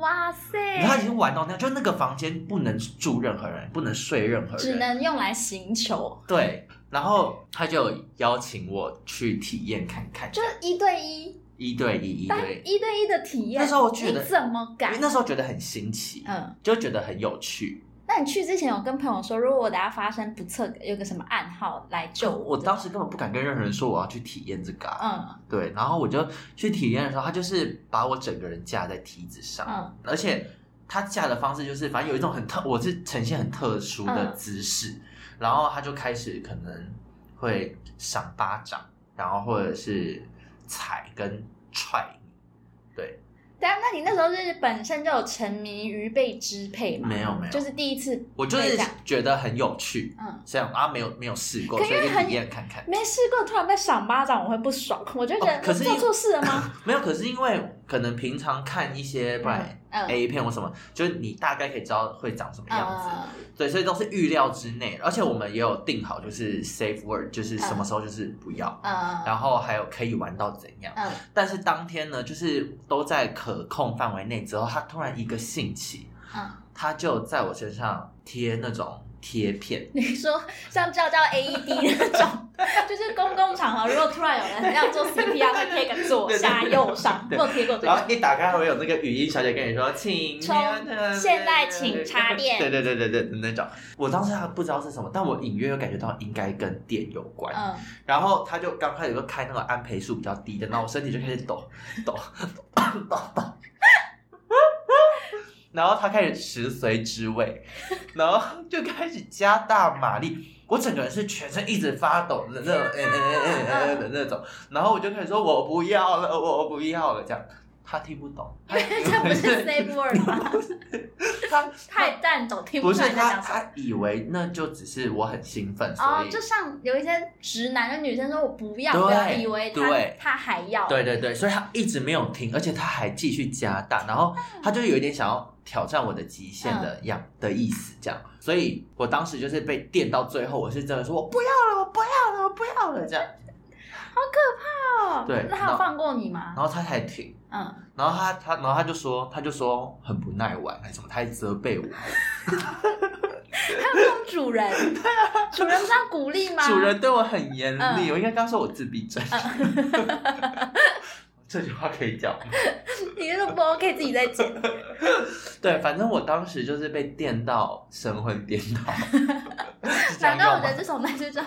Speaker 2: 哇塞，
Speaker 1: 他已经玩到那样，就那个房间不能住任何人，不能睡任何
Speaker 2: 只
Speaker 1: 人，
Speaker 2: 能用来行求，
Speaker 1: 对。然后他就有邀请我去体验看看，
Speaker 2: 就是一对一，
Speaker 1: 一对一，一
Speaker 2: 但
Speaker 1: 对一，
Speaker 2: 一对一的体验，
Speaker 1: 那时候我觉得
Speaker 2: 你怎么
Speaker 1: 因为
Speaker 2: 敢？
Speaker 1: 那时候觉得很新奇，
Speaker 2: 嗯，
Speaker 1: 就觉得很有趣。
Speaker 2: 那你去之前有跟朋友说，如果我等下发生不测，有个什么暗号来救我？
Speaker 1: 啊我当时根本不敢跟任何人说我要去体验这个、啊，
Speaker 2: 嗯
Speaker 1: 对。然后我就去体验的时候，他就是把我整个人架在梯子上，
Speaker 2: 嗯，
Speaker 1: 而且他架的方式就是，反正有一种很特，我是呈现很特殊的
Speaker 2: 嗯
Speaker 1: 姿势，然后他就开始可能会赏巴掌，然后或者是踩跟踹你。对，
Speaker 2: 对啊，那你那时候就是本身就有沉迷于被支配嘛？
Speaker 1: 没有没有
Speaker 2: 就是第一次，
Speaker 1: 我就是觉得很有趣，
Speaker 2: 嗯。
Speaker 1: 这样啊没有没有试过，
Speaker 2: 可
Speaker 1: 所
Speaker 2: 因
Speaker 1: 以
Speaker 2: 为
Speaker 1: 就
Speaker 2: 很
Speaker 1: 体验看看。
Speaker 2: 没试过，突然被赏巴掌，我会不爽，我就觉得、
Speaker 1: 哦可是
Speaker 2: 我做错事
Speaker 1: *laughs*
Speaker 2: 了吗？
Speaker 1: 没有，可是因为可能平常看一些不然
Speaker 2: 嗯
Speaker 1: A 片或什么，就是你大概可以知道会长什么样子。
Speaker 2: 呃，
Speaker 1: 对，所以都是预料之内，而且我们也有定好，就是 safe word，就是什么时候就是不要，
Speaker 2: 呃，
Speaker 1: 然后还有可以玩到怎样。
Speaker 2: 嗯，
Speaker 1: 但是当天呢，就是都在可控范围内之后，他突然一个兴起，
Speaker 2: 嗯 *laughs*
Speaker 1: 他就在我身上贴那种贴
Speaker 2: *laughs*
Speaker 1: 片，
Speaker 2: 你说像叫叫 AED 那种， *laughs* 就是公共场合，如果突然有人要做 CPR，会贴个左下右上，
Speaker 1: 对
Speaker 2: 我有贴过这
Speaker 1: 然后
Speaker 2: 个。
Speaker 1: 一打开还会有那个语音小姐跟你说，请
Speaker 2: 充现在请插电
Speaker 1: 对对对对对对那种。我当时还不知道是什么，但我隐约有感觉到应该跟电有关。
Speaker 2: 嗯，
Speaker 1: 然后他就刚开始就开那个安培数比较低的，然后我身体就开始抖抖抖抖抖，然后他开始食髓知味，然后就开始加大马力。我整个人是全身一直发抖的那种，哎哎哎哎哎哎的那种，然后我就开始说：“我不要了，我不要了。”这样，他听不懂，他
Speaker 2: *laughs* 这
Speaker 1: *laughs*
Speaker 2: 不是 safe word 吗？
Speaker 1: 他
Speaker 2: 太颤抖，听
Speaker 1: 不
Speaker 2: 出
Speaker 1: 是
Speaker 2: 来你在
Speaker 1: 他，
Speaker 2: 讲什么。
Speaker 1: 他以为那就只是我很兴奋，所
Speaker 2: 哦，
Speaker 1: 以
Speaker 2: 就像有一些直男的女生说，我不要，
Speaker 1: 对
Speaker 2: 不要以为他
Speaker 1: 对
Speaker 2: 他还要，
Speaker 1: 对对对，所以他一直没有停，而且他还继续加大，然后他就有一点想要挑战我的极限的样、的意思，这样。所以我当时就是被电到最后，我是真的说我不要了，我不要了，我不要了这样，
Speaker 2: 哦，
Speaker 1: 对
Speaker 2: 那他有放过你吗
Speaker 1: 然？后他才停。
Speaker 2: 嗯，
Speaker 1: 然后他他然后他就说他就说很不耐玩还是什么，他还责备我。
Speaker 2: 他有用
Speaker 1: *laughs*
Speaker 2: 主人，主人这样鼓励吗？
Speaker 1: 主人对我很严厉，
Speaker 2: 嗯
Speaker 1: 我应该刚说我自闭症。 *laughs* 这句话可以讲吗？
Speaker 2: 你那个不 OK，自己在剪。
Speaker 1: *laughs* 对，反正我当时就是被电到神魂颠倒。是这样
Speaker 2: 反正我
Speaker 1: 用吗
Speaker 2: 觉得自从那之后，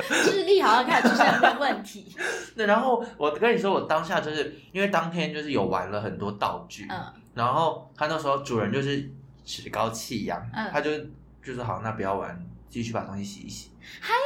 Speaker 2: *laughs* 智力好像开始出现了点
Speaker 1: *laughs*
Speaker 2: 问题。
Speaker 1: 对，然后我跟你说，我当下就是因为当天就是有玩了很多道具，
Speaker 2: 嗯
Speaker 1: 然后他那时候主人就是趾高气扬，
Speaker 2: 嗯
Speaker 1: 他就就说好，那不要玩，继续把东西洗一洗。
Speaker 2: 还要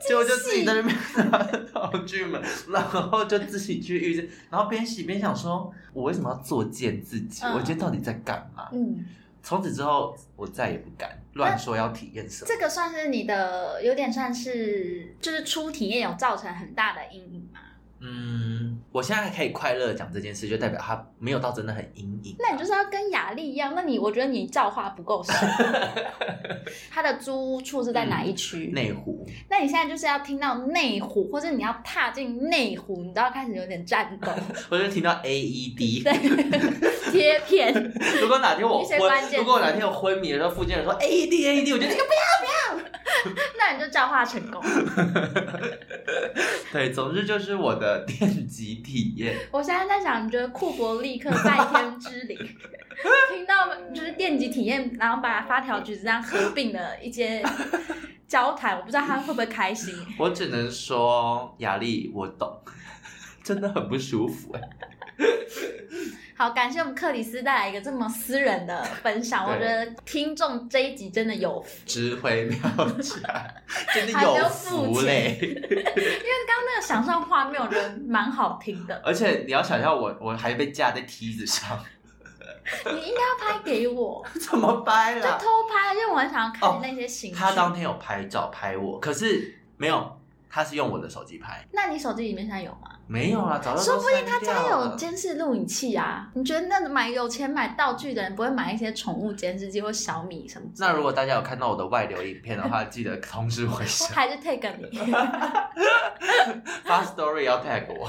Speaker 2: 自
Speaker 1: 结果就自己在那边拿道具们，然后就自己去遇见，然后边洗边想说，我为什么要作践自己？
Speaker 2: 嗯
Speaker 1: 我今天到底在干嘛？
Speaker 2: 嗯，
Speaker 1: 从此之后，我再也不敢乱说要体验什么。
Speaker 2: 这个算是你的，有点算是就是初体验有造成很大的阴影嘛？
Speaker 1: 嗯，我现在还可以快乐地讲这件事，就代表它没有到真的很阴影。
Speaker 2: 那你就是要跟雅丽一样，那你我觉得你造化不够深。他的租屋处是在哪一区？
Speaker 1: 嗯内湖，
Speaker 2: 那你现在就是要听到内湖，或者你要踏进内湖，你都要开始有点颤抖，
Speaker 1: 我就听到 AED。
Speaker 2: 对，贴片。 *laughs*
Speaker 1: 如果哪天我
Speaker 2: 一些关键
Speaker 1: 昏，
Speaker 2: 字
Speaker 1: 如果哪天我昏迷的时候，附近人说 E AED AED，我就那个不要。
Speaker 2: 那你就教化成功。
Speaker 1: 对，总之就是我的电击体
Speaker 2: *laughs*
Speaker 1: 验。
Speaker 2: 我现在在想，你觉得库伯利克拜天之灵，听到就是电极体验，然后把发条橘子这样合并的一些交谈，我不知道他会不会开心。
Speaker 1: 我只能说，雅丽，我懂， *laughs* 真的很不舒服哎、
Speaker 2: 好，感谢我们克里斯带来一个这么私人的分享，我
Speaker 1: 对
Speaker 2: 觉得听众这一集真的有福，
Speaker 1: 值回票价，真的
Speaker 2: 还没有
Speaker 1: 有
Speaker 2: 付
Speaker 1: 福嘞。
Speaker 2: 因为刚刚那个想象画面，我觉得蛮好听
Speaker 1: *laughs*
Speaker 2: 的。
Speaker 1: 而且你要想象我，我还被架在梯子上， *laughs*
Speaker 2: 你应该要拍给我，
Speaker 1: 怎么掰
Speaker 2: 就
Speaker 1: 啦？
Speaker 2: 偷拍，因为我很想要看你那些情绪。
Speaker 1: 啊他当天有拍照拍我，可是没有，他是用我的手机拍，
Speaker 2: 那你手机里面现在有吗？
Speaker 1: 没有啦，早就
Speaker 2: 说不定他
Speaker 1: 删
Speaker 2: 家
Speaker 1: 掉
Speaker 2: 有
Speaker 1: 了
Speaker 2: 监视录影器啊！你觉得那买有钱买道具的人不会买一些宠物监视器或小米什么之类
Speaker 1: 那
Speaker 2: 的？
Speaker 1: 如果大家有看到我的外流影片的话，记得通知我一
Speaker 2: 我 *laughs*
Speaker 1: 下。
Speaker 2: 还是 tag
Speaker 1: *laughs*
Speaker 2: 你，
Speaker 1: 发 story 要 tag 我，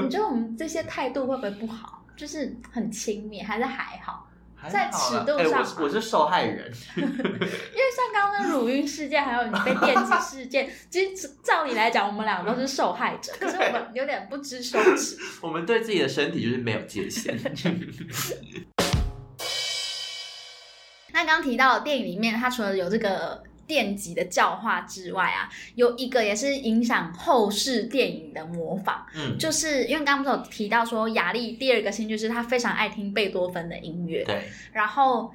Speaker 2: 你觉得我们这些态度会不会不好？就是很轻蔑，还是还好？在尺度
Speaker 1: 还好啦哎
Speaker 2: 上
Speaker 1: 我我是受害人，
Speaker 2: 因为像刚刚的乳晕事件，还有你被电击事件，其实照理来讲，我们两个都是受害者，可是我们有点不知羞耻。
Speaker 1: 我们对自己的身体就是没有界限。
Speaker 2: *laughs* 那刚刚提到的电影里面，它除了有这个电极的教化之外啊，有一个也是影响后世电影的模仿，
Speaker 1: 嗯，
Speaker 2: 就是因为刚刚不是有提到说雅丽第二个兴趣是她非常爱听贝多芬的音乐，
Speaker 1: 对，
Speaker 2: 然后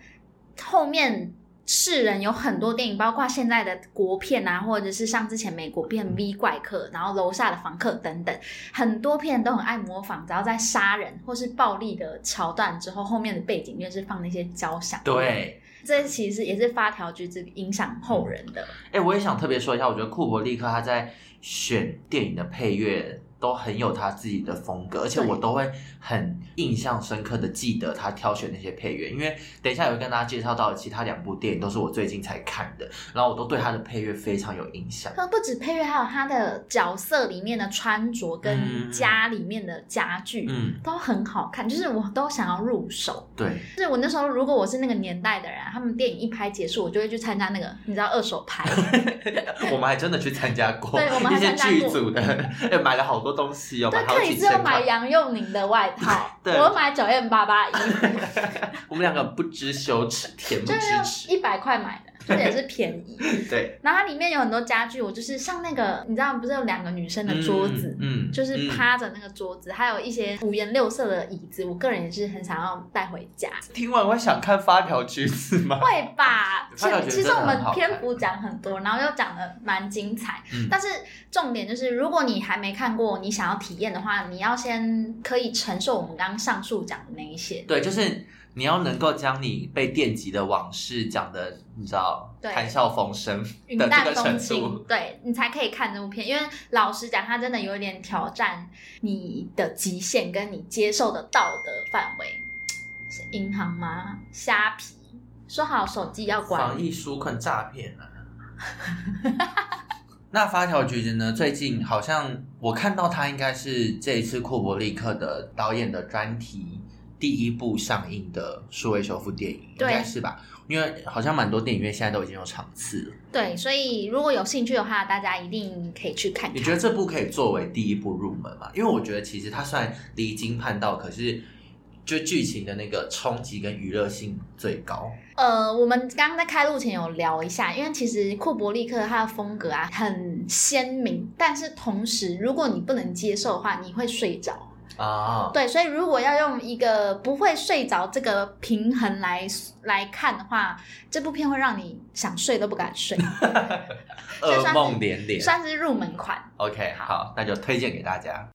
Speaker 2: 后面。世人有很多电影，包括现在的国片啊，或者是像之前美国片《V 怪客》，然后楼下的房客等等，很多片都很爱模仿。只要在杀人或是暴力的桥段之后，后面的背景就是放那些交响乐。
Speaker 1: 对。
Speaker 2: 这其实也是发条橘子影响后人的。
Speaker 1: 哎、我也想特别说一下，我觉得库伯利克他在选电影的配乐都很有他自己的风格，而且
Speaker 2: 对
Speaker 1: 我都会很印象深刻的记得他挑选那些配乐，因为等一下也会跟大家介绍到的其他两部电影都是我最近才看的，然后我都对他的配乐非常有印象。
Speaker 2: 那不止配乐，还有他的角色里面的穿着跟
Speaker 1: 嗯
Speaker 2: 家里面的家具。
Speaker 1: 嗯，
Speaker 2: 都很好看，就是我都想要入手。
Speaker 1: 对，
Speaker 2: 就是我那时候，如果我是那个年代的人啊，他们电影一拍结束，我就会去参加那个，你知道二手
Speaker 1: *laughs*
Speaker 2: 拍，
Speaker 1: 我们还真的去参加过
Speaker 2: 对我们还
Speaker 1: 一些
Speaker 2: 参加过
Speaker 1: 剧组的， *laughs* 哎、买了好多东西哦，
Speaker 2: 对，
Speaker 1: 买
Speaker 2: 克
Speaker 1: 好
Speaker 2: 里
Speaker 1: 几
Speaker 2: 斯有
Speaker 1: 千
Speaker 2: 买
Speaker 1: 块。
Speaker 2: 杨佑宁的外套，我
Speaker 1: *laughs* 对
Speaker 2: 又买九 M 八八
Speaker 1: *laughs*
Speaker 2: 衣服，
Speaker 1: 我们两个不知羞
Speaker 2: *laughs*
Speaker 1: 耻，恬不
Speaker 2: 就
Speaker 1: 知
Speaker 2: 是
Speaker 1: 耻。
Speaker 2: 用一百块买的，这也是便宜。
Speaker 1: 对，
Speaker 2: 然后它里面有很多家具，我就是像那个，你知道不是有两个女生的桌子，
Speaker 1: 嗯，嗯
Speaker 2: 就是
Speaker 1: 嗯
Speaker 2: 趴着那个桌子，还有一些五颜六色的椅子，我个人也是很想要带回家。
Speaker 1: 听完会想看发条橘子吗？ *laughs*
Speaker 2: 会吧？其
Speaker 1: 发条橘真
Speaker 2: 其实
Speaker 1: 的
Speaker 2: 我
Speaker 1: 很
Speaker 2: 们
Speaker 1: 好看
Speaker 2: 篇幅讲很多，然后又讲的蛮精彩。
Speaker 1: 嗯
Speaker 2: 但是重点就是，如果你还没看过，你想要体验的话，你要先可以承受我们刚刚上述讲的那一些。
Speaker 1: 对，就是你要能够将你被电击的往事讲的，你知道
Speaker 2: 对
Speaker 1: 谈笑风生
Speaker 2: 云
Speaker 1: 的这
Speaker 2: 淡
Speaker 1: 个
Speaker 2: 风
Speaker 1: 程
Speaker 2: 轻
Speaker 1: 度。，
Speaker 2: 对你才可以看这部片。因为老实讲，它真的有一点挑战你的极限跟你接受的道德范围。是银行吗？虾皮说好手机要关
Speaker 1: 防，疫纾困诈骗啊！ *laughs* 那发条橘子呢？最近好像我看到它应该是这一次库伯利克的导演的专题第一部上映的数位修复电影，应
Speaker 2: 对
Speaker 1: 该是吧？因为好像蛮多电影院现在都已经有场次了。
Speaker 2: 对，所以如果有兴趣的话，大家一定可以去看
Speaker 1: 你
Speaker 2: 看。
Speaker 1: 觉得这部可以作为第一部入门吗？因为我觉得其实它虽然离经叛道，可是就剧情的那个冲击跟娱乐性最高。
Speaker 2: 呃，我们刚刚在开录前有聊一下，因为其实库伯利克他的风格啊很鲜明，但是同时如果你不能接受的话，你会睡着。
Speaker 1: 啊，
Speaker 2: 对，所以如果要用一个不会睡着这个平衡来来看的话，这部片会让你想睡都不敢
Speaker 1: *laughs*
Speaker 2: 睡，这算
Speaker 1: 噩
Speaker 2: 是
Speaker 1: 梦连连。
Speaker 2: 算是入门款。
Speaker 1: OK，好，那就推荐给大家。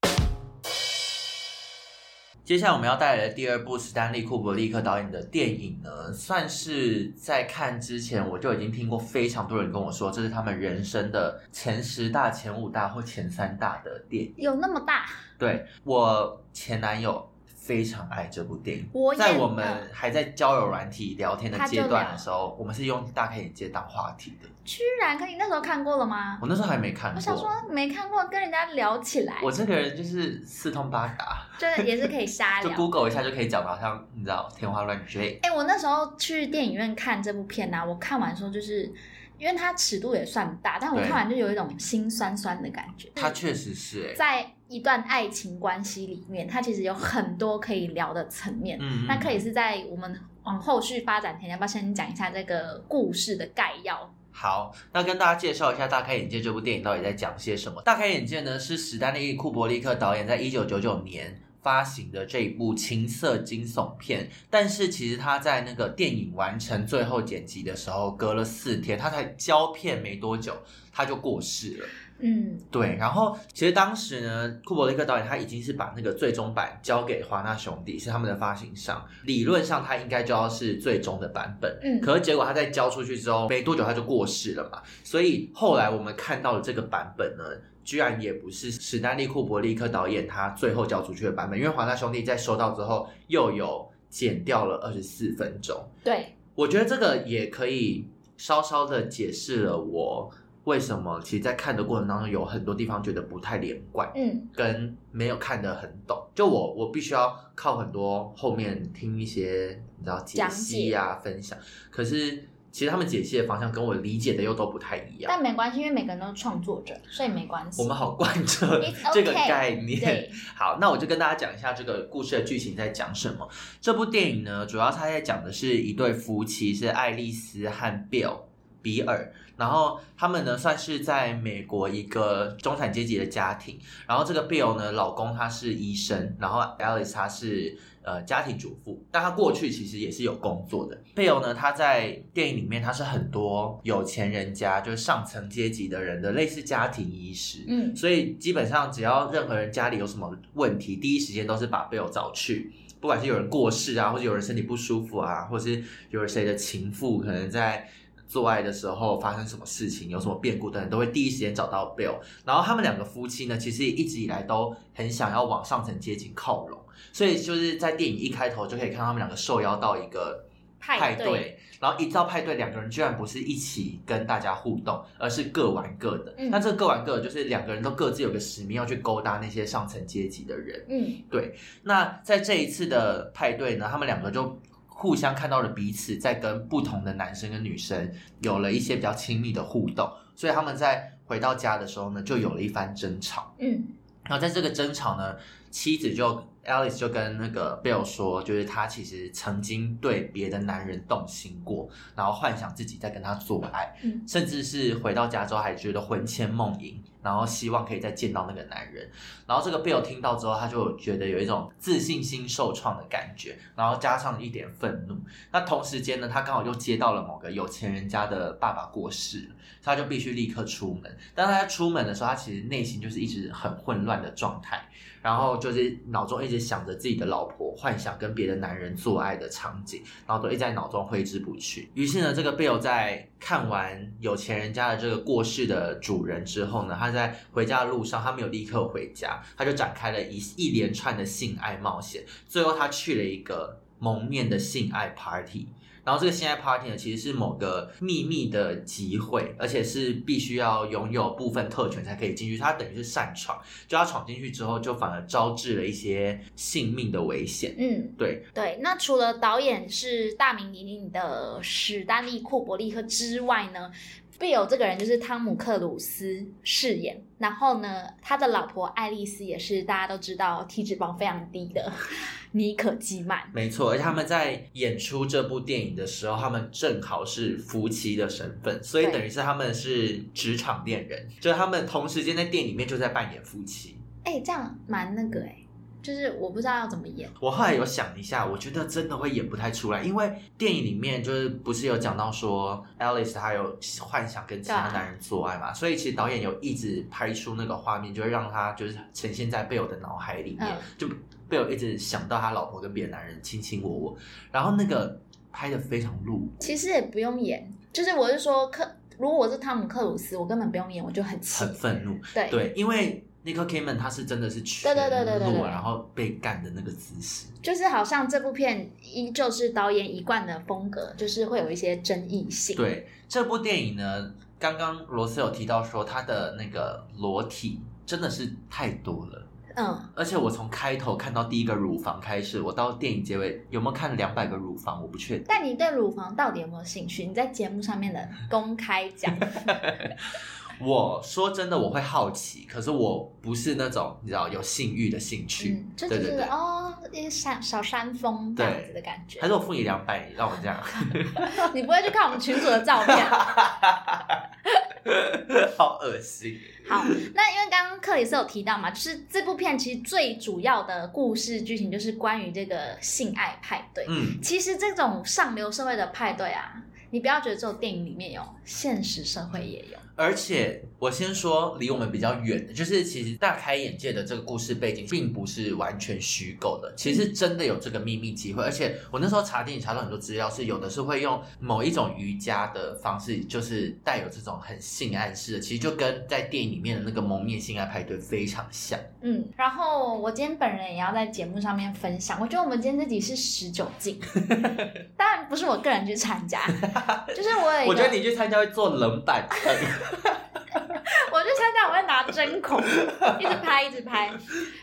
Speaker 1: 接下来我们要带来的第二部史丹利·库伯利克导演的电影呢，算是在看之前我就已经听过非常多人跟我说，这是他们人生的前十大、前五大或前三大的电影。
Speaker 2: 有那么大？
Speaker 1: 对我前男友非常爱这部电影，
Speaker 2: 我也呃
Speaker 1: 在我们还在交友软体聊天的
Speaker 2: 他就
Speaker 1: 阶段
Speaker 2: 聊
Speaker 1: 的时候，我们是用大开眼界当话题的。
Speaker 2: 居然，可你那时候看过了吗？
Speaker 1: 我那时候还没看过，
Speaker 2: 我想说哎没看过，跟人家聊起来，
Speaker 1: 我这个人就是四通八达，
Speaker 2: 真的也是可以
Speaker 1: *laughs*
Speaker 2: 瞎
Speaker 1: 就
Speaker 2: 聊。
Speaker 1: Google 一下就可以讲到，好像你知道天花乱坠。
Speaker 2: 哎、我那时候去电影院看这部片呐、啊我看完之后就是，因为它尺度也算大，但我
Speaker 1: 对
Speaker 2: 看完就有一种心酸酸的感觉。
Speaker 1: 它确实是哎、
Speaker 2: 嗯在一段爱情关系里面，它其实有很多可以聊的层面。
Speaker 1: 嗯，嗯
Speaker 2: 那可以是在我们往后续发展前，要不要先讲一下这个故事的概要？
Speaker 1: 好，那跟大家介绍一下《大开眼界》这部电影到底在讲些什么。《大开眼界》呢是史丹利·库伯利克导演在一九九九年发行的这一部情色惊悚片，但是其实他在那个电影完成最后剪辑的时候，隔了四天，他才胶片没多久他就过世了。
Speaker 2: 嗯，
Speaker 1: 对，然后其实当时呢，库伯雷克导演他已经是把那个最终版交给华纳兄弟，是他们的发行商，理论上他应该就要是最终的版本。
Speaker 2: 嗯
Speaker 1: 可是结果他在交出去之后没多久他就过世了嘛，所以后来我们看到的这个版本呢。居然也不是史丹利·库伯利克导演他最后交出去的版本，因为华纳兄弟在收到之后又有剪掉了二十四分钟，
Speaker 2: 对，
Speaker 1: 我觉得这个也可以稍稍的解释了我为什么其实，在看的过程当中有很多地方觉得不太连贯，
Speaker 2: 嗯，
Speaker 1: 跟没有看得很懂。就我我必须要靠很多后面听一些你知道解析啊分享，可是其实他们解析的方向跟我理解的又都不太一样。
Speaker 2: 但没关系，因为每个人都是创作者，所以没关系。
Speaker 1: 我们好贯彻
Speaker 2: It's
Speaker 1: *laughs*
Speaker 2: okay，
Speaker 1: 这个概念。
Speaker 2: 对，
Speaker 1: 好，那我就跟大家讲一下这个故事的剧情在讲什么。这部电影呢，主要它在讲的是一对夫妻，是爱丽丝和 Bill 比尔，然后他们呢算是在美国一个中产阶级的家庭。然后这个 Bill 呢，老公他是医生，然后 Alice 她是呃家庭主妇，但她过去其实也是有工作的。Bill 呢，他在电影里面他是很多有钱人家，就是上层阶级的人的类似家庭医师，
Speaker 2: 嗯
Speaker 1: 所以基本上只要任何人家里有什么问题，第一时间都是把 Bill 找去。不管是有人过世啊，或者有人身体不舒服啊，或者是有人谁的情妇可能在做爱的时候发生什么事情，有什么变故等等，都会第一时间找到 Bill。然后他们两个夫妻呢，其实一直以来都很想要往上层阶级靠拢，所以就是在电影一开头就可以看到他们两个受邀到一个
Speaker 2: 派对
Speaker 1: 对，然后一到派对，两个人居然不是一起跟大家互动，而是各玩各的。
Speaker 2: 嗯
Speaker 1: 那这个各玩各的，就是两个人都各自有个使命要去勾搭那些上层阶级的人。
Speaker 2: 嗯，
Speaker 1: 那在这一次的派对呢，他们两个就互相看到了彼此在跟不同的男生跟女生有了一些比较亲密的互动，所以他们在回到家的时候呢，就有了一番争吵。
Speaker 2: 嗯，
Speaker 1: 然后在这个争吵呢，妻子就 Alice 就跟那个 Bill 说，就是她其实曾经对别的男人动心过，然后幻想自己在跟他做爱，
Speaker 2: 嗯
Speaker 1: 甚至是回到家之后还觉得魂牵梦萦，然后希望可以再见到那个男人。然后这个 Bill 听到之后，他就觉得有一种自信心受创的感觉，然后加上一点愤怒。那同时间呢，他刚好又接到了某个有钱人家的爸爸过世了，所以他就必须立刻出门。但他在出门的时候，他其实内心就是一直很混乱的状态，然后就是脑中一直想着自己的老婆，幻想跟别的男人做爱的场景，然后都一直在脑中挥之不去。于是呢，这个 Bill 在看完有钱人家的这个过世的主人之后呢，他在回家的路上，他没有立刻回家，他就展开了一一连串的性爱冒险。最后，他去了一个蒙面的性爱 party。然后这个性爱 party 呢，其实是某个秘密的集会，而且是必须要拥有部分特权才可以进去。他等于是擅闯，就他闯进去之后，就反而招致了一些性命的危险。
Speaker 2: 嗯，
Speaker 1: 对，
Speaker 2: 对。那除了导演是大名鼎鼎的史丹利·库伯利克之外呢，Bill 这个人就是汤姆·克鲁斯饰演。然后呢，他的老婆爱丽丝也是大家都知道体脂肪非常低的 *laughs* 妮可基曼。
Speaker 1: 没错，而且他们在演出这部电影的时候，他们正好是夫妻的身份，所以
Speaker 2: 对
Speaker 1: 等于是他们是职场恋人，就是他们同时间在电影里面就在扮演夫妻。
Speaker 2: 哎，这样蛮那个哎、就是我不知道要怎么演。
Speaker 1: 我后来有想一下，我觉得真的会演不太出来，因为电影里面就是不是有讲到说 Alice 她有幻想跟其他
Speaker 2: 对啊
Speaker 1: 男人做爱嘛，所以其实导演有一直拍出那个画面，就会让他就是呈现在贝尔的脑海里面，
Speaker 2: 嗯
Speaker 1: 就贝尔一直想到他老婆跟别的男人卿卿我我，然后那个拍的非常露骨，
Speaker 2: 其实也不用演，就是我是说克，如果我是汤姆克鲁斯，我根本不用演，我就很气
Speaker 1: 很。愤怒，
Speaker 2: 对
Speaker 1: 对，因为。n i c o Kidman 他是真的是全
Speaker 2: 对对对对对
Speaker 1: 裸
Speaker 2: 对
Speaker 1: 然后被干的那个姿势，
Speaker 2: 就是好像这部片依旧是导演一贯的风格，就是会有一些争议性。，
Speaker 1: 对这部电影呢，刚刚罗斯有提到说他的那个裸体真的是太多了，
Speaker 2: 嗯，
Speaker 1: 而且我从开头看到第一个乳房开始，我到电影结尾有没有看两百个乳房，我不确定。
Speaker 2: 但你对乳房到底有没有兴趣？你在节目上面的公开
Speaker 1: *laughs*
Speaker 2: 讲，
Speaker 1: 我说真的，我会好奇，可是我不是那种你知道有性欲的兴趣，
Speaker 2: 嗯，就
Speaker 1: 对
Speaker 2: 只
Speaker 1: 对
Speaker 2: 是
Speaker 1: 对。
Speaker 2: 哦，一个山小山峰这样子的感觉
Speaker 1: 还。是我付你两百，让我这
Speaker 2: *laughs*
Speaker 1: 样，
Speaker 2: 你不会去看我们群主的照片？
Speaker 1: 好恶心。
Speaker 2: 好，那因为刚刚克里斯有提到嘛，就是这部片其实最主要的故事剧情就是关于这个性爱派对。
Speaker 1: 嗯，
Speaker 2: 其实这种上流社会的派对啊，你不要觉得只有电影里面有，现实社会也有。
Speaker 1: 而且我先说离我们比较远的，就是其实大开眼界的这个故事背景并不是完全虚构的，其实真的有这个秘密机会。而且我那时候查电影查到很多资料，是有的是会用某一种瑜伽的方式，就是带有这种很性暗示的，其实就跟在电影里面的那个蒙面性爱派对非常像。
Speaker 2: 嗯，然后我今天本人也要在节目上面分享，我觉得我们今天这集是十九
Speaker 1: *laughs*
Speaker 2: 禁，当然不是我个人去参加，就是我有一个，
Speaker 1: 我觉得你去参加会坐冷板凳，
Speaker 2: 我去参加我会拿针孔，一直拍一直拍，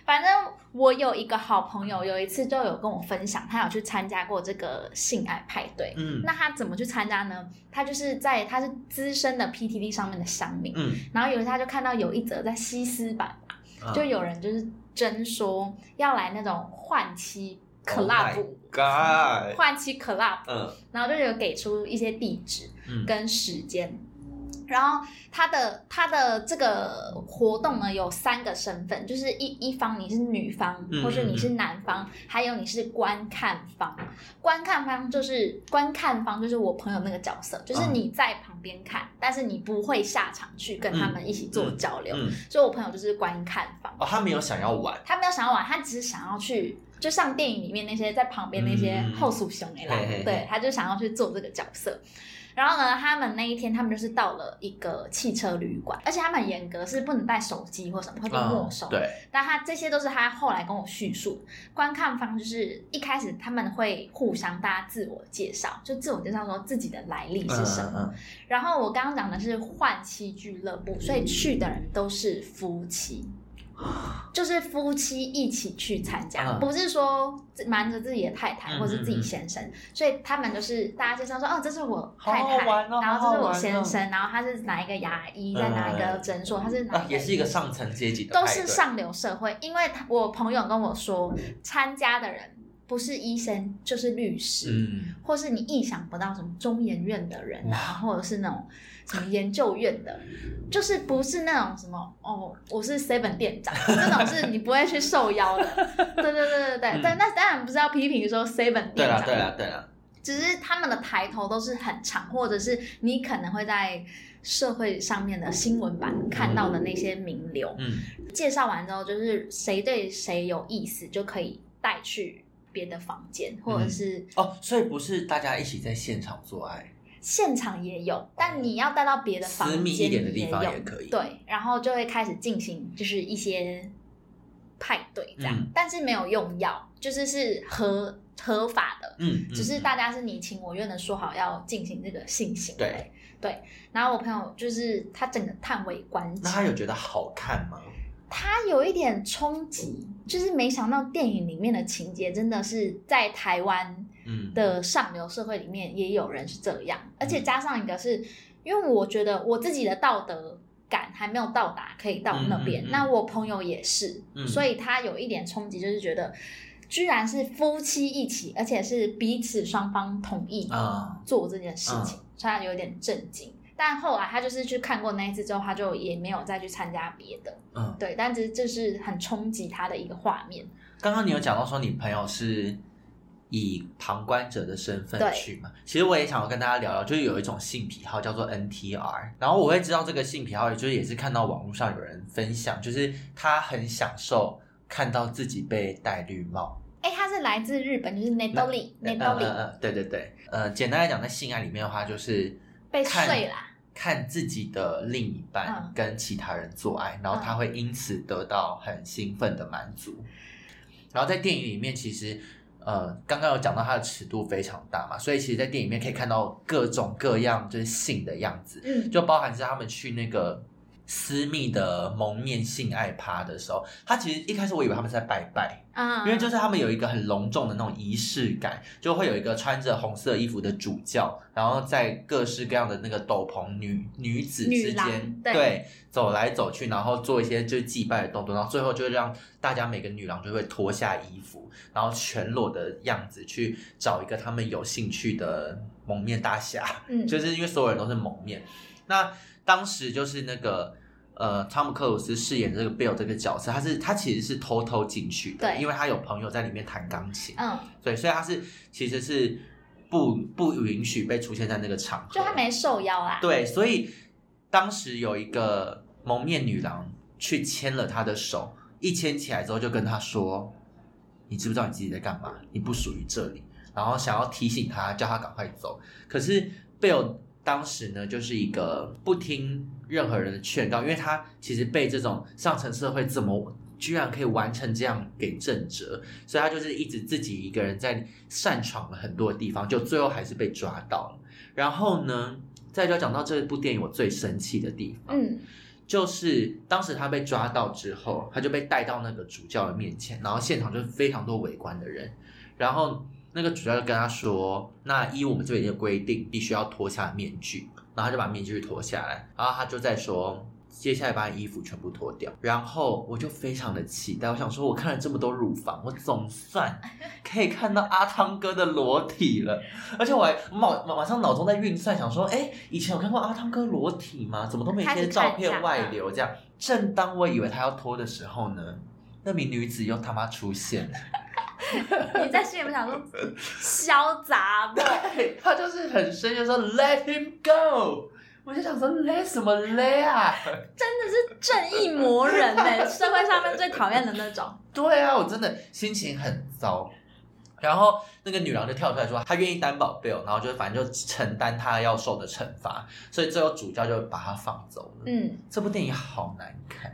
Speaker 2: 反正我有一个好朋友，有一次就有跟我分享，他有去参加过这个性爱派对。
Speaker 1: 嗯
Speaker 2: 那他怎么去参加呢？他就是在他是资深的 PTT 上面的乡民，
Speaker 1: 嗯，
Speaker 2: 然后有一次他就看到有一则在西施版，
Speaker 1: 嗯
Speaker 2: 就有人就是争说要来那种换妻
Speaker 1: Oh
Speaker 2: club，、
Speaker 1: God，
Speaker 2: 换妻 club，
Speaker 1: 嗯
Speaker 2: 然后就有给出一些地址
Speaker 1: 嗯
Speaker 2: 跟时间。然后他的他的这个活动呢有三个身份，就是一一方你是女方，
Speaker 1: 嗯
Speaker 2: 或是你是男方，还有你是观看方。观看方就是观看方就是我朋友那个角色，就是
Speaker 1: 嗯
Speaker 2: 你在旁边看，但是你不会下场去跟他们一起做交流。
Speaker 1: 嗯，
Speaker 2: 所以我朋友就是观看方，
Speaker 1: 哦，他没有想要玩，
Speaker 2: 他没有想要玩，他只是想要去，就像电影里面那些在旁边那些
Speaker 1: 嗯
Speaker 2: 后鼠熊哎啦，
Speaker 1: 嘿嘿嘿
Speaker 2: 对，他就想要去做这个角色。然后呢，他们那一天他们就是到了一个汽车旅馆，而且他们很严格是不能带手机或什么会被没
Speaker 1: 嗯
Speaker 2: 收。，
Speaker 1: 对，
Speaker 2: 但他这些都是他后来跟我叙述。观看方就是一开始他们会互相大家自我介绍，就自我介绍说自己的来历是什么。
Speaker 1: 嗯嗯
Speaker 2: 然后我刚刚讲的是换妻俱乐部，所以去的人都是夫妻，
Speaker 1: 啊
Speaker 2: 就是夫妻一起去参加，
Speaker 1: 嗯
Speaker 2: 不是说瞒着自己的太太
Speaker 1: 嗯
Speaker 2: 或是自己先生，所以他们就是大家介绍说，哦，这是我太
Speaker 1: 好
Speaker 2: 太，
Speaker 1: 好玩哦好
Speaker 2: 然后这是
Speaker 1: 好
Speaker 2: 我
Speaker 1: 玩哦
Speaker 2: 先生，然后他是哪一个牙医，在哪一个诊所，他是
Speaker 1: 嗯
Speaker 2: 哪
Speaker 1: 啊
Speaker 2: 一，个
Speaker 1: 也是一个上层阶级的派
Speaker 2: 都
Speaker 1: 对，
Speaker 2: 是上流社会，因为他我朋友跟我说，参加的人不是医生就是律师，
Speaker 1: 嗯，
Speaker 2: 或是你意想不到什么中研院的人
Speaker 1: 哇
Speaker 2: 啊，或者是那种什么研究院的，就是不是那种什么哦，我是 seven 店长这种是你不会去受邀的。对对对对对，
Speaker 1: 嗯
Speaker 2: 但那当然不是要批评说 seven
Speaker 1: 对
Speaker 2: 店
Speaker 1: 了
Speaker 2: 长，
Speaker 1: 对了对了，
Speaker 2: 只是他们的抬头都是很长，或者是你可能会在社会上面的新闻版看到的那些名流。
Speaker 1: 嗯，
Speaker 2: 介绍完之后，就是谁对谁有意思就可以带去别的房间，或者是
Speaker 1: 哦，所以不是大家一起在现场做爱，
Speaker 2: 现场也有，但你要带到别的房
Speaker 1: 私密一
Speaker 2: 间
Speaker 1: 点的地方
Speaker 2: 有
Speaker 1: 也可以
Speaker 2: 对，然后就会开始进行就是一些派对这样，
Speaker 1: 嗯
Speaker 2: 但是没有用药，就是是合合法的，
Speaker 1: 嗯，
Speaker 2: 只是
Speaker 1: 嗯
Speaker 2: 大家是你情我愿的说好要进行这个性行为。
Speaker 1: 对
Speaker 2: 对然后我朋友就是他整个叹为观止，
Speaker 1: 那他有觉得好看吗？
Speaker 2: 他有一点冲击，就是没想到电影里面的情节真的是在台湾
Speaker 1: 嗯，
Speaker 2: 的上流社会里面也有人是这样，而且加上一个是，因为我觉得我自己的道德感还没有到达可以到那边，
Speaker 1: 嗯嗯嗯
Speaker 2: 那我朋友也是，
Speaker 1: 嗯
Speaker 2: 所以他有一点冲击，就是觉得居然是夫妻一起，而且是彼此双方同意
Speaker 1: 啊
Speaker 2: 做这件事情，所以他有点震惊。但后来他就是去看过那一次之后，他就也没有再去参加别的，
Speaker 1: 嗯，
Speaker 2: 对，但只是这是很冲击他的一个画面。
Speaker 1: 刚刚你有讲到说你朋友是以旁观者的身份
Speaker 2: 对
Speaker 1: 去嘛？其实我也想要跟大家聊聊，就是有一种性癖好叫做 NTR，然后我会知道这个性癖好，也就是也是看到网络上有人分享，就是他很享受看到自己被戴绿帽。
Speaker 2: 哎，它是来自日本，就是 n e d o l i n e d o
Speaker 1: 嗯
Speaker 2: l
Speaker 1: 嗯
Speaker 2: i
Speaker 1: 嗯对对对，呃，简单来讲，在性爱里面的话，就是
Speaker 2: 被
Speaker 1: 看
Speaker 2: 睡啦，
Speaker 1: 看自己的另一半
Speaker 2: 嗯
Speaker 1: 跟其他人做爱，然后他会因此得到很兴奋的满足。然后在电影里面，其实呃，刚刚有讲到它的尺度非常大嘛，所以其实，在电影里面可以看到各种各样就是性的样子，
Speaker 2: 嗯，
Speaker 1: 就包含是他们去那个私密的蒙面性爱趴的时候，他其实一开始我以为他们是在拜拜，
Speaker 2: 啊，
Speaker 1: 因为就是他们有一个很隆重的那种仪式感，就会有一个穿着红色衣服的主教，然后在各式各样的那个斗篷女女子之
Speaker 2: 女郎
Speaker 1: 间，
Speaker 2: 对
Speaker 1: 走来走去，然后做一些就是祭拜的动作，然后最后就会让大家每个女郎就会脱下衣服，然后全裸的样子去找一个他们有兴趣的蒙面大侠。
Speaker 2: 嗯，
Speaker 1: 就是因为所有人都是蒙面。那当时就是那个呃，汤姆克鲁斯饰演的这个 Bill 这个角色，他是他其实是偷偷进去的，
Speaker 2: 对
Speaker 1: 因为他有朋友在里面弹钢琴，
Speaker 2: 嗯，
Speaker 1: 对，所以他是其实是不不允许被出现在那个场合，
Speaker 2: 就他没啊受邀啦，
Speaker 1: 对，所以当时有一个蒙面女郎去牵了他的手，一牵起来之后就跟他说：“你知不知道你自己在干嘛？你不属于这里。”然后想要提醒他，叫他赶快走。可是贝尔当时呢，就是一个不听任何人的劝告，因为他其实被这种上层社会怎么居然可以完成这样给震折，所以他就是一直自己一个人在擅闯了很多地方，就最后还是被抓到了。然后呢，再就要讲到这部电影我最生气的地方，
Speaker 2: 嗯，
Speaker 1: 就是当时他被抓到之后，他就被带到那个主教的面前，然后现场就非常多围观的人，然后那个主教就跟他说：“那依我们这边的规定，必须要脱下面具。”然后他就把面具脱下来，然后他就在说。接下来把你衣服全部脱掉，然后我就非常的期待，我想说，我看了这么多乳房，我总算 *laughs* 可以看到阿汤哥的裸体了。而且我还马马上脑中在运算，想说，哎、以前有看过阿汤哥裸体吗？怎么都没一
Speaker 2: 开
Speaker 1: 些
Speaker 2: 始
Speaker 1: 照
Speaker 2: 看
Speaker 1: 片
Speaker 2: 一下
Speaker 1: 外流？这样，正当我以为他要脱的时候呢，那名女子又他妈出现了。
Speaker 2: 你在心里面想说潇洒不？
Speaker 1: *laughs* 对，她就是很生气地说 “Let him go”，我就想说 “Let 什么 Let 啊 *laughs*
Speaker 2: 真的是正义魔人呢、 *laughs* 社会上面最讨厌的那种。”？
Speaker 1: 对啊，我真的心情很糟。然后那个女郎就跳出来说，她愿意担保 Bill，然后就反正就承担她要受的惩罚，所以最后主教就把她放走了。
Speaker 2: 嗯，
Speaker 1: 这部电影好难看。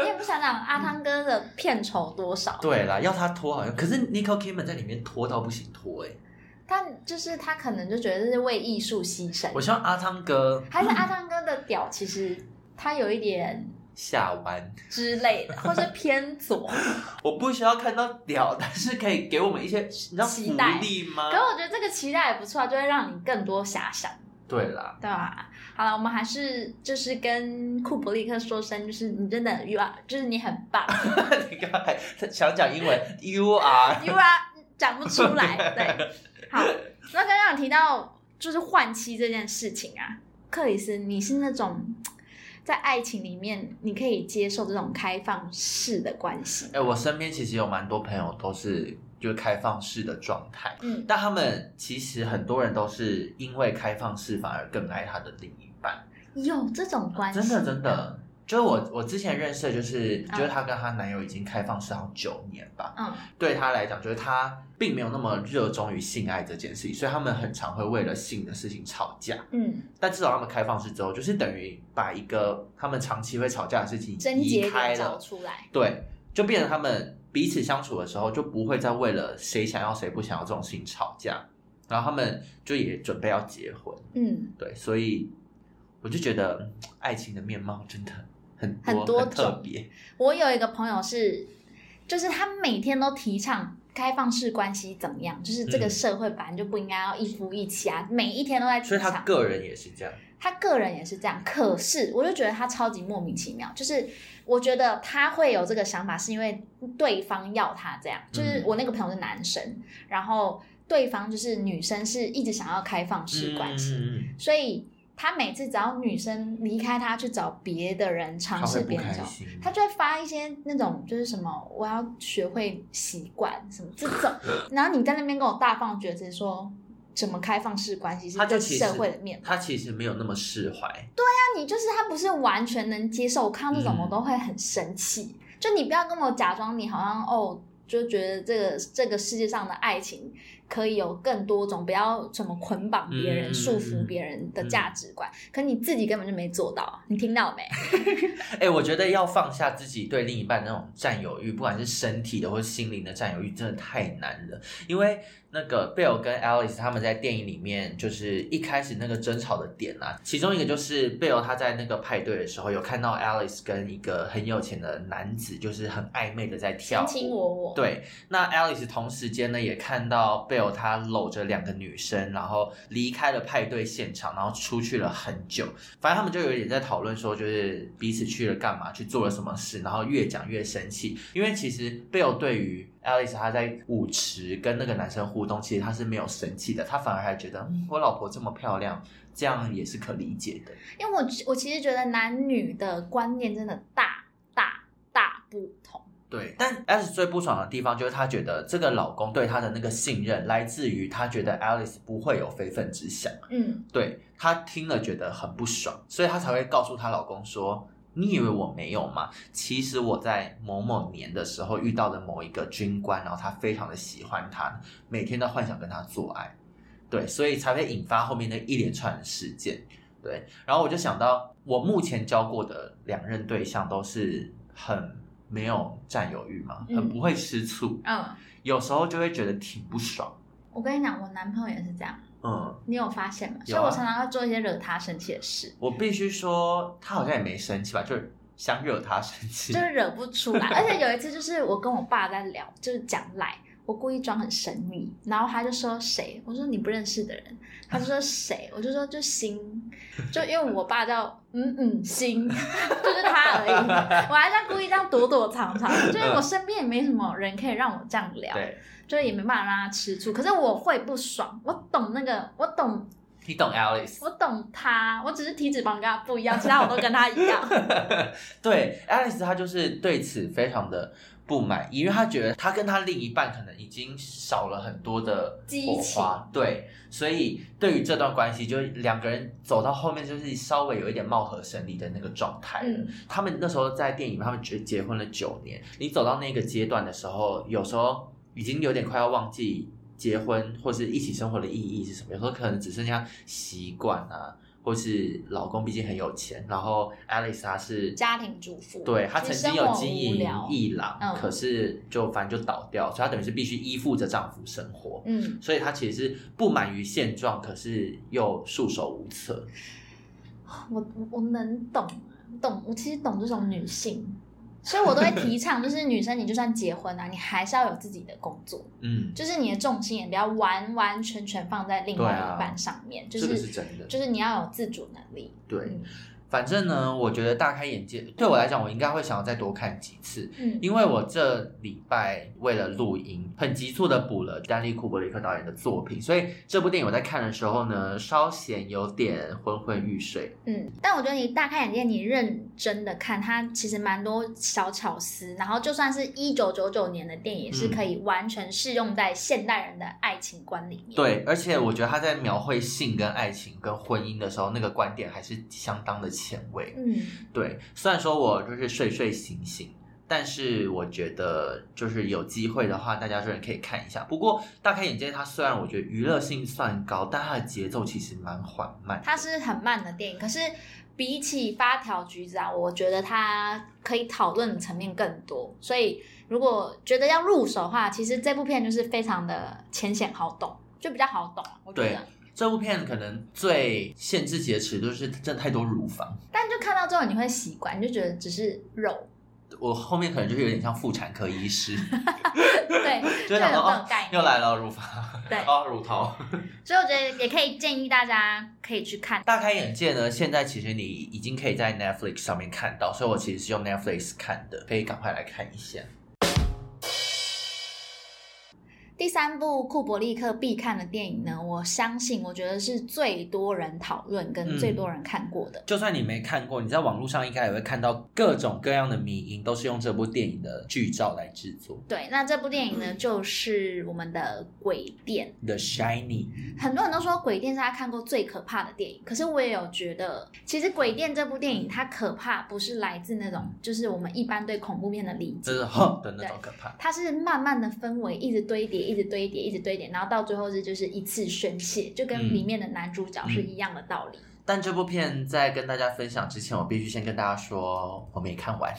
Speaker 2: 你也不想想阿汤哥的片酬多少，
Speaker 1: 对啦，要他拖好像，可是 n i c o Kidman 在里面拖到不行拖哎、
Speaker 2: 但就是他可能就觉得这是为艺术牺牲
Speaker 1: 我，希望阿汤哥
Speaker 2: 还是阿汤哥的屌其实他有一点
Speaker 1: 下弯，
Speaker 2: 之类的，或是偏 *laughs* 左。
Speaker 1: 我不需要看到屌，但是可以给我们一些你知道
Speaker 2: 期
Speaker 1: 福
Speaker 2: 待
Speaker 1: 利吗
Speaker 2: 可？我觉得这个期待也不错啊，就会让你更多遐想。
Speaker 1: 对啦，
Speaker 2: 对啊，好了，我们还是就是跟库伯利克说声，就是你真的 you are，就是你很棒
Speaker 1: 你刚才想讲英文，You
Speaker 2: *laughs*
Speaker 1: are， *laughs*
Speaker 2: ，you are 讲不出来。对，好，那刚刚有提到就是换妻这件事情啊，克里斯，你是那种在爱情里面你可以接受这种开放式的关系？
Speaker 1: 哎、我身边其实有蛮多朋友都是就是开放式的状态，
Speaker 2: 嗯，
Speaker 1: 但他们其实很多人都是因为开放式反而更爱他的另一半。
Speaker 2: 有这种关系，
Speaker 1: 哦真的真的，就是我我之前认识的就是，
Speaker 2: 嗯
Speaker 1: 就是她跟她男友已经开放式好像九年吧，
Speaker 2: 嗯，
Speaker 1: 对她来讲，就是她并没有那么热衷于性爱这件事情，所以他们很常会为了性的事情吵架。
Speaker 2: 嗯
Speaker 1: 但至少他们开放式之后，就是等于把一个他们长期会吵架的事情
Speaker 2: 嗯，症
Speaker 1: 移
Speaker 2: 结
Speaker 1: 开
Speaker 2: 点找
Speaker 1: 了，
Speaker 2: 出来，
Speaker 1: 对，就变成他们彼此相处的时候就不会再为了谁想要谁不想要这种事情吵架，然后他们就也准备要结婚。
Speaker 2: 嗯，
Speaker 1: 对，所以我就觉得嗯爱情的面貌真的很嗯
Speaker 2: 很多
Speaker 1: 很特
Speaker 2: 种
Speaker 1: 别。
Speaker 2: 我有一个朋友是，就是他每天都提倡开放式关系怎么样，就是这个
Speaker 1: 嗯
Speaker 2: 社会本来就不应该要一夫一妻啊，每一天都在提
Speaker 1: 所以他
Speaker 2: 倡。
Speaker 1: 个人也是这样，
Speaker 2: 他个人也是这样，可是我就觉得他超级莫名其妙，就是我觉得他会有这个想法，是因为对方要他这样，就是
Speaker 1: 嗯
Speaker 2: 我那个朋友是男生，然后对方就是女生，是一直想要开放式关
Speaker 1: 嗯
Speaker 2: 系，
Speaker 1: 嗯嗯
Speaker 2: 所以他每次只要女生离开他去找别的人尝
Speaker 1: 他
Speaker 2: 试
Speaker 1: 会不
Speaker 2: 别人
Speaker 1: 开
Speaker 2: 找，
Speaker 1: 心。
Speaker 2: 他就会发一些那种就是什么我要学会习惯什么
Speaker 1: *laughs*
Speaker 2: 这种，然后你在那边跟我大放厥词说什么开放式关系是
Speaker 1: 他就
Speaker 2: 对
Speaker 1: 其实
Speaker 2: 社会的面
Speaker 1: 他其实没有那么释怀，
Speaker 2: 那你就是他不是完全能接受，我看到这种
Speaker 1: 嗯
Speaker 2: 我都会很生气。就你不要跟我假装你好像哦，就觉得这个这个世界上的爱情可以有更多种，不要什么捆绑别人、
Speaker 1: 嗯
Speaker 2: 束缚别人的价值观，可你自己根本就没做到，你听到没？
Speaker 1: 哎、我觉得要放下自己对另一半那种占有欲，不管是身体的或是心灵的占有欲，真的太难了。因为那个 Bill 跟 Alice 他们在电影里面，就是一开始那个争吵的点啊，其中一个就是 Bill 他在那个派对的时候，有看到 Alice 跟一个很有钱的男子，就是很暧昧的在跳
Speaker 2: 卿
Speaker 1: 舞。
Speaker 2: 卿我我，
Speaker 1: 对，那 Alice 同时间呢也看到 Bill 他搂着两个女生，然后离开了派对现场，然后出去了很久。反正他们就有点在讨论说，就是彼此去了干嘛，去做了什么事，然后越讲越生气。因为其实 Bill 对于 Alice 她在舞池跟那个男生互动，其实他是没有生气的，他反而还觉得、嗯、我老婆这么漂亮，这样也是可理解的。
Speaker 2: 因为我我其实觉得男女的观念真的大大大不同。
Speaker 1: 对，但 Alice 最不爽的地方就是她觉得这个老公对她的那个信任来自于她觉得 Alice 不会有非分之想，
Speaker 2: 嗯，
Speaker 1: 对她听了觉得很不爽，所以她才会告诉她老公说：“你以为我没有吗？其实我在某某年的时候遇到了某一个军官，然后他非常的喜欢他，每天都幻想跟他做爱。”对，所以才会引发后面那一连串的事件。对，然后我就想到，我目前交过的两任对象都是很没有占有欲嘛，
Speaker 2: 嗯
Speaker 1: 很不会吃醋，
Speaker 2: 嗯，
Speaker 1: 有时候就会觉得挺不爽。
Speaker 2: 我跟你讲，我男朋友也是这样，
Speaker 1: 嗯，
Speaker 2: 你有发现吗？所
Speaker 1: 有啊
Speaker 2: 以我常常会做一些惹他生气的事。
Speaker 1: 我必须说，他好像也没生气吧，就是想惹他生气 *laughs*
Speaker 2: 就。是惹不出来。而且有一次，就是我跟我爸在聊，就是讲赖，我故意装很神秘，然后他就说谁，我说你不认识的人，他就说谁，我就说就新，就因为我爸叫嗯嗯新， *laughs* 就是他而已。
Speaker 1: *laughs*
Speaker 2: 我还在故意这样躲躲藏藏，就是我身边也没什么人可以让我这样聊，
Speaker 1: 嗯对，
Speaker 2: 就是也没办法让他吃醋。可是我会不爽，我懂那个，我懂
Speaker 1: 你懂 Alice。 *laughs*
Speaker 2: 我懂他，我只是体脂肪跟他不一样，其他我都跟他一
Speaker 1: *laughs*
Speaker 2: 样。
Speaker 1: 对，Alice 她就是对此非常的不满意，因为她觉得她跟她另一半可能已经少了很多的
Speaker 2: 激
Speaker 1: 火花，对，所以对于这段关系，就是两个人走到后面就是稍微有一点貌合神离的那个状态了。
Speaker 2: 嗯
Speaker 1: 他们那时候在电影，他们结结婚了九年，你走到那个阶段的时候，有时候已经有点快要忘记结婚或是一起生活的意义是什么，有时候可能只剩下习惯啊。或是老公毕竟很有钱，然后 Alice 她是
Speaker 2: 家庭主妇，
Speaker 1: 对他曾
Speaker 2: 其实
Speaker 1: 经
Speaker 2: 生
Speaker 1: 有
Speaker 2: 活
Speaker 1: 经
Speaker 2: 无
Speaker 1: 营
Speaker 2: 聊
Speaker 1: 一郎，
Speaker 2: 嗯
Speaker 1: 可是就反正就倒掉，所以她等于是必须依附着丈夫生活，
Speaker 2: 嗯，
Speaker 1: 所以她其实是不满于现状，可是又束手无策。
Speaker 2: 我我能懂懂，我其实懂这种女性，所以我都会提倡，就是女生你就算结婚啊，你还是要有自己的工作，
Speaker 1: 嗯，
Speaker 2: 就是你的重心也不要完完全全放在另外
Speaker 1: 对啊
Speaker 2: 一半上面，就
Speaker 1: 这
Speaker 2: 是
Speaker 1: 个是真的
Speaker 2: 就是你要有自主能力。
Speaker 1: 对，
Speaker 2: 嗯
Speaker 1: 反正呢，我觉得大开眼界，对我来讲，我应该会想要再多看几次。
Speaker 2: 嗯
Speaker 1: 因为我这礼拜为了录音，很急促的补了丹利库伯里克导演的作品，所以这部电影我在看的时候呢，稍显有点昏昏欲睡。
Speaker 2: 嗯，但我觉得你大开眼界，你认真的看，它其实蛮多小巧思，然后就算是一九九九年的电影，也是
Speaker 1: 嗯
Speaker 2: 可以完全适用在现代人的爱情观里面。
Speaker 1: 对，而且我觉得他在描绘性跟爱情跟婚姻的时候，那个观点还是相当的前卫。
Speaker 2: 嗯，
Speaker 1: 对，虽然说我就是睡睡醒醒，但是我觉得就是有机会的话，大家真的可以看一下。不过大开眼界，它虽然我觉得娱乐性算高，但它的节奏其实蛮缓慢的。
Speaker 2: 它是很慢的电影，可是比起《八条橘子》啊，我觉得它可以讨论的层面更多。所以如果觉得要入手的话，其实这部片就是非常的浅显好懂，就比较好懂，我觉
Speaker 1: 对
Speaker 2: 得。
Speaker 1: 这部片可能最限制节尺就是真的太多乳房，
Speaker 2: 但就看到之后你会习惯，你就觉得只是肉，
Speaker 1: 我后面可能就是有点像妇产科医师，
Speaker 2: 对，就
Speaker 1: 就想
Speaker 2: 有这
Speaker 1: 说
Speaker 2: 种
Speaker 1: 哦，
Speaker 2: 概
Speaker 1: 又
Speaker 2: 念。
Speaker 1: 来了乳房，
Speaker 2: 对
Speaker 1: 哦，乳头。
Speaker 2: 所以我觉得也可以建议大家可以去看。
Speaker 1: 大开眼界呢，现在其实你已经可以在 Netflix 上面看到，所以我其实是用 Netflix 看的，可以赶快来看一下。
Speaker 2: 第三部库伯利克必看的电影呢，我相信我觉得是最多人讨论跟最多人看过的。
Speaker 3: 就算你没看过，你在网络上应该也会看到各种各样的迷因，都是用这部电影的剧照来制作。
Speaker 2: 对，那这部电影呢，就是我们的《鬼店
Speaker 3: The Shining，》。
Speaker 2: 很多人都说《鬼店》是他看过最可怕的电影，可是我也有觉得，其实《鬼店》这部电影它可怕不是来自那种，就是我们一般对恐怖片的理解
Speaker 3: 这。是哼的那种可怕。
Speaker 2: 它是慢慢的氛围一直堆叠，一直堆叠，一直堆叠，然后到最后是就是一次宣泄，就跟
Speaker 3: 嗯
Speaker 2: 里面的男主角是一样的道理。
Speaker 1: 但这部片在跟大家分享之前，我必须先跟大家说，我没看完，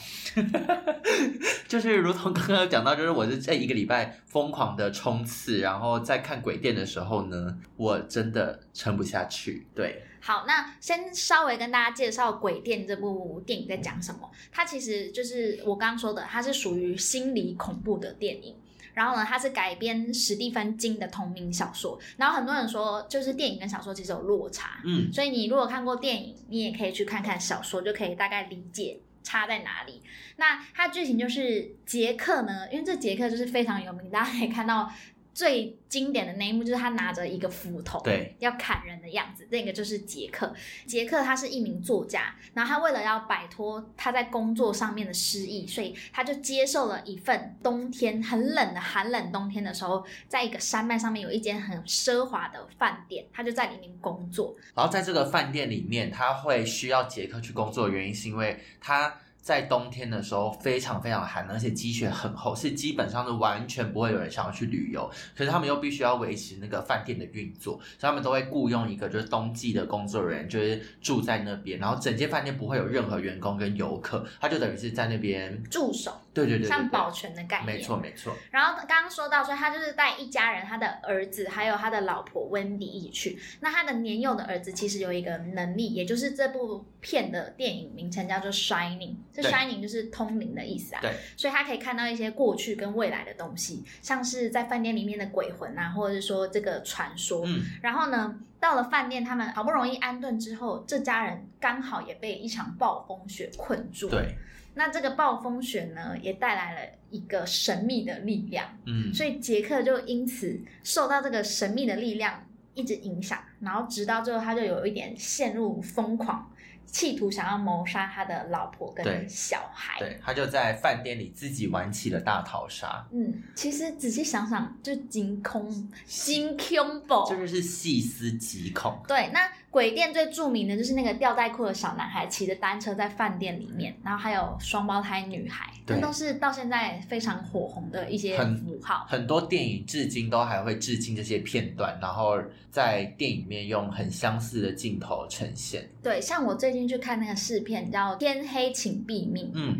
Speaker 1: *laughs* 就是如同刚刚有讲到，就是我是这一个礼拜疯狂的冲刺，然后在看鬼店的时候呢，我真的撑不下去。对，
Speaker 2: 好，那先稍微跟大家介绍《鬼店》这部电影在讲什么。它其实就是我刚刚说的，它是属于心理恐怖的电影。然后呢，它是改编史蒂芬金的同名小说。然后很多人说，就是电影跟小说其实有落差，
Speaker 1: 嗯，
Speaker 2: 所以你如果看过电影，你也可以去看看小说，就可以大概理解差在哪里。那它剧情就是杰克呢，因为这杰克就是非常有名，大家可以看到最经典的那一幕，就是他拿着一个斧头，
Speaker 1: 对，
Speaker 2: 要砍人的样子，那个就是杰克。杰克他是一名作家，然后他为了要摆脱他在工作上面的失意，所以他就接受了一份冬天很冷的寒冷冬天的时候，在一个山脉上面有一间很奢华的饭店，他就在里面工作。
Speaker 1: 然后在这个饭店里面，他会需要杰克去工作的原因，是因为他在冬天的时候非常非常寒，而且积雪很厚，是基本上是完全不会有人想要去旅游。可是他们又必须要维持那个饭店的运作，所以他们都会雇佣一个就是冬季的工作人员，就是住在那边，然后整间饭店不会有任何员工跟游客，他就等于是在那边，
Speaker 2: 助手，
Speaker 1: 对对对对对，
Speaker 2: 像保全的概念。
Speaker 1: 没错。没错，
Speaker 2: 然后刚刚说到说，他就是带一家人，他的儿子还有他的老婆温迪一起去。那他的年幼的儿子其实有一个能力，也就是这部片的电影名称叫做《Shining》，这
Speaker 1: 对
Speaker 2: Shining 就是通灵的意思啊。
Speaker 1: 对。
Speaker 2: 所以他可以看到一些过去跟未来的东西，像是在饭店里面的鬼魂啊，或者是说这个传说。
Speaker 1: 嗯，
Speaker 2: 然后呢，到了饭店，他们啊好不容易安顿之后，这家人刚好也被一场暴风雪困住。。
Speaker 1: 对，
Speaker 2: 那这个暴风雪呢，也带来了一个神秘的力量，
Speaker 1: 嗯，
Speaker 2: 所以杰克就因此受到这个神秘的力量一直影响，然后直到最后他就有一点陷入疯狂，企图想要谋杀他的老婆
Speaker 1: 对
Speaker 2: 跟小孩。
Speaker 1: 对他就在饭店里自己玩起了大逃杀。
Speaker 2: 嗯，其实仔细想想，就金空金 combo，
Speaker 1: 这就是细思极恐，
Speaker 2: 对，那鬼店最著名的就是那个吊带裤的小男孩骑着单车在饭店里面，然后还有双胞胎女孩，
Speaker 1: 对
Speaker 2: 那都是到现在非常火红的一些
Speaker 1: 很
Speaker 2: 符号。
Speaker 1: 很多电影至今都还会致敬这些片段，然后在电影里面用很相似的镜头呈现。
Speaker 2: 对，像我最近去看那个试片叫《天黑请闭命》，
Speaker 1: 嗯，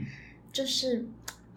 Speaker 2: 就是
Speaker 1: *laughs*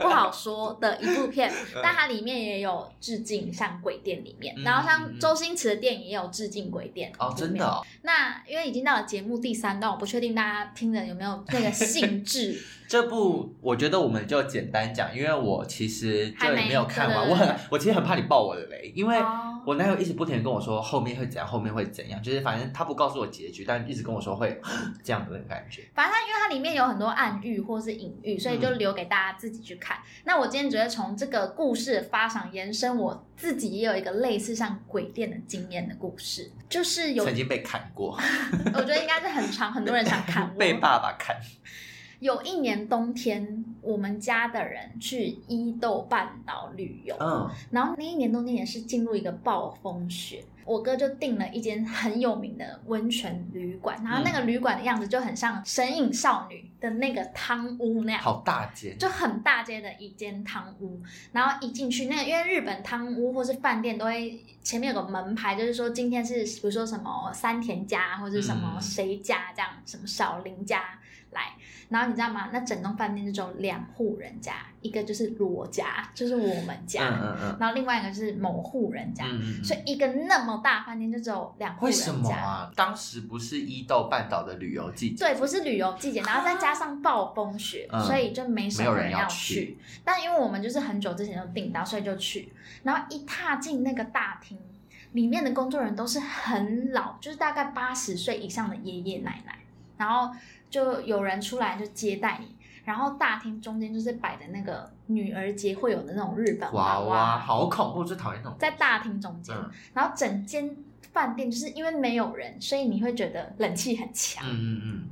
Speaker 2: 不好说的一部片，但它里面也有致敬，像鬼店里面，
Speaker 1: 嗯
Speaker 2: 然后
Speaker 1: 嗯
Speaker 2: 像
Speaker 1: 嗯
Speaker 2: 周星驰的电影也有致敬鬼店
Speaker 1: 哦，真的、。哦，
Speaker 2: 那因为已经到了节目第三段，我不确定大家听着有没有那个兴致。
Speaker 1: 这部我觉得我们就简单讲，因为我其实就
Speaker 2: 还
Speaker 1: 也
Speaker 2: 没
Speaker 1: 没有看完，
Speaker 2: 对
Speaker 1: 我
Speaker 2: 对对
Speaker 1: 很我其实很怕你爆我的雷， *laughs* 因为
Speaker 2: 哦
Speaker 1: 我男友一直不停的跟我说后面会怎样，后面会怎样，就是反正他不告诉我结局，但一直跟我说会这样的那种感觉。
Speaker 2: 反正它因为它里面有很多暗喻或是隐喻，所以
Speaker 1: 嗯
Speaker 2: 就留给大家自己去看。那我今天只会从这个故事的发想延伸，我自己也有一个类似像鬼店的经验的故事，就是有，
Speaker 1: 曾经被砍过，
Speaker 2: 我觉得应该是很长，很多人想看
Speaker 1: *laughs* 被
Speaker 2: 我。
Speaker 1: 爸爸砍。
Speaker 2: 有一年冬天，我们家的人去伊豆半岛旅游，
Speaker 1: 嗯，
Speaker 2: 然后那一年冬天也是进入一个暴风雪，我哥就订了一间很有名的温泉旅馆，然后
Speaker 1: 嗯
Speaker 2: 那个旅馆的样子就很像《神隐少女》的那个汤屋那样，
Speaker 1: 好大间，
Speaker 2: 就很大街的一间汤屋，然后一进去那个，因为日本汤屋或是饭店都会前面有个门牌，就是说今天是比如说什么山田家或者什么
Speaker 1: 嗯
Speaker 2: 谁家这样，什么小林家来，然后你知道吗？那整栋饭店就只有两户人家，一个就是罗家，就是我们家，
Speaker 1: 嗯嗯嗯
Speaker 2: 然后另外一个就是某户人家，
Speaker 1: 嗯嗯，嗯
Speaker 2: 所以一个那么大饭店就只有两户
Speaker 1: 为
Speaker 2: 人家。
Speaker 1: 什么啊？当时不是伊豆半岛的旅游季节，
Speaker 2: 对，不是旅游季节，然后再加上暴风雪，
Speaker 1: 嗯
Speaker 2: 所以就没什
Speaker 1: 没有
Speaker 2: 么
Speaker 1: 人要
Speaker 2: 要
Speaker 1: 去
Speaker 2: 去。但因为我们就是很久之前就订到，所以就去。然后一踏进那个大厅，里面的工作人员都是很老，就是大概八十岁以上的爷爷奶奶。然后就有人出来就接待你，然后大厅中间就是摆的那个女儿节会有的那种日本
Speaker 1: 娃
Speaker 2: 娃
Speaker 1: 娃，好恐怖，最讨厌那种
Speaker 2: 在大厅中间，
Speaker 1: 嗯
Speaker 2: 然后整间饭店就是因为没有人，所以你会觉得冷气很强。
Speaker 1: 嗯嗯嗯，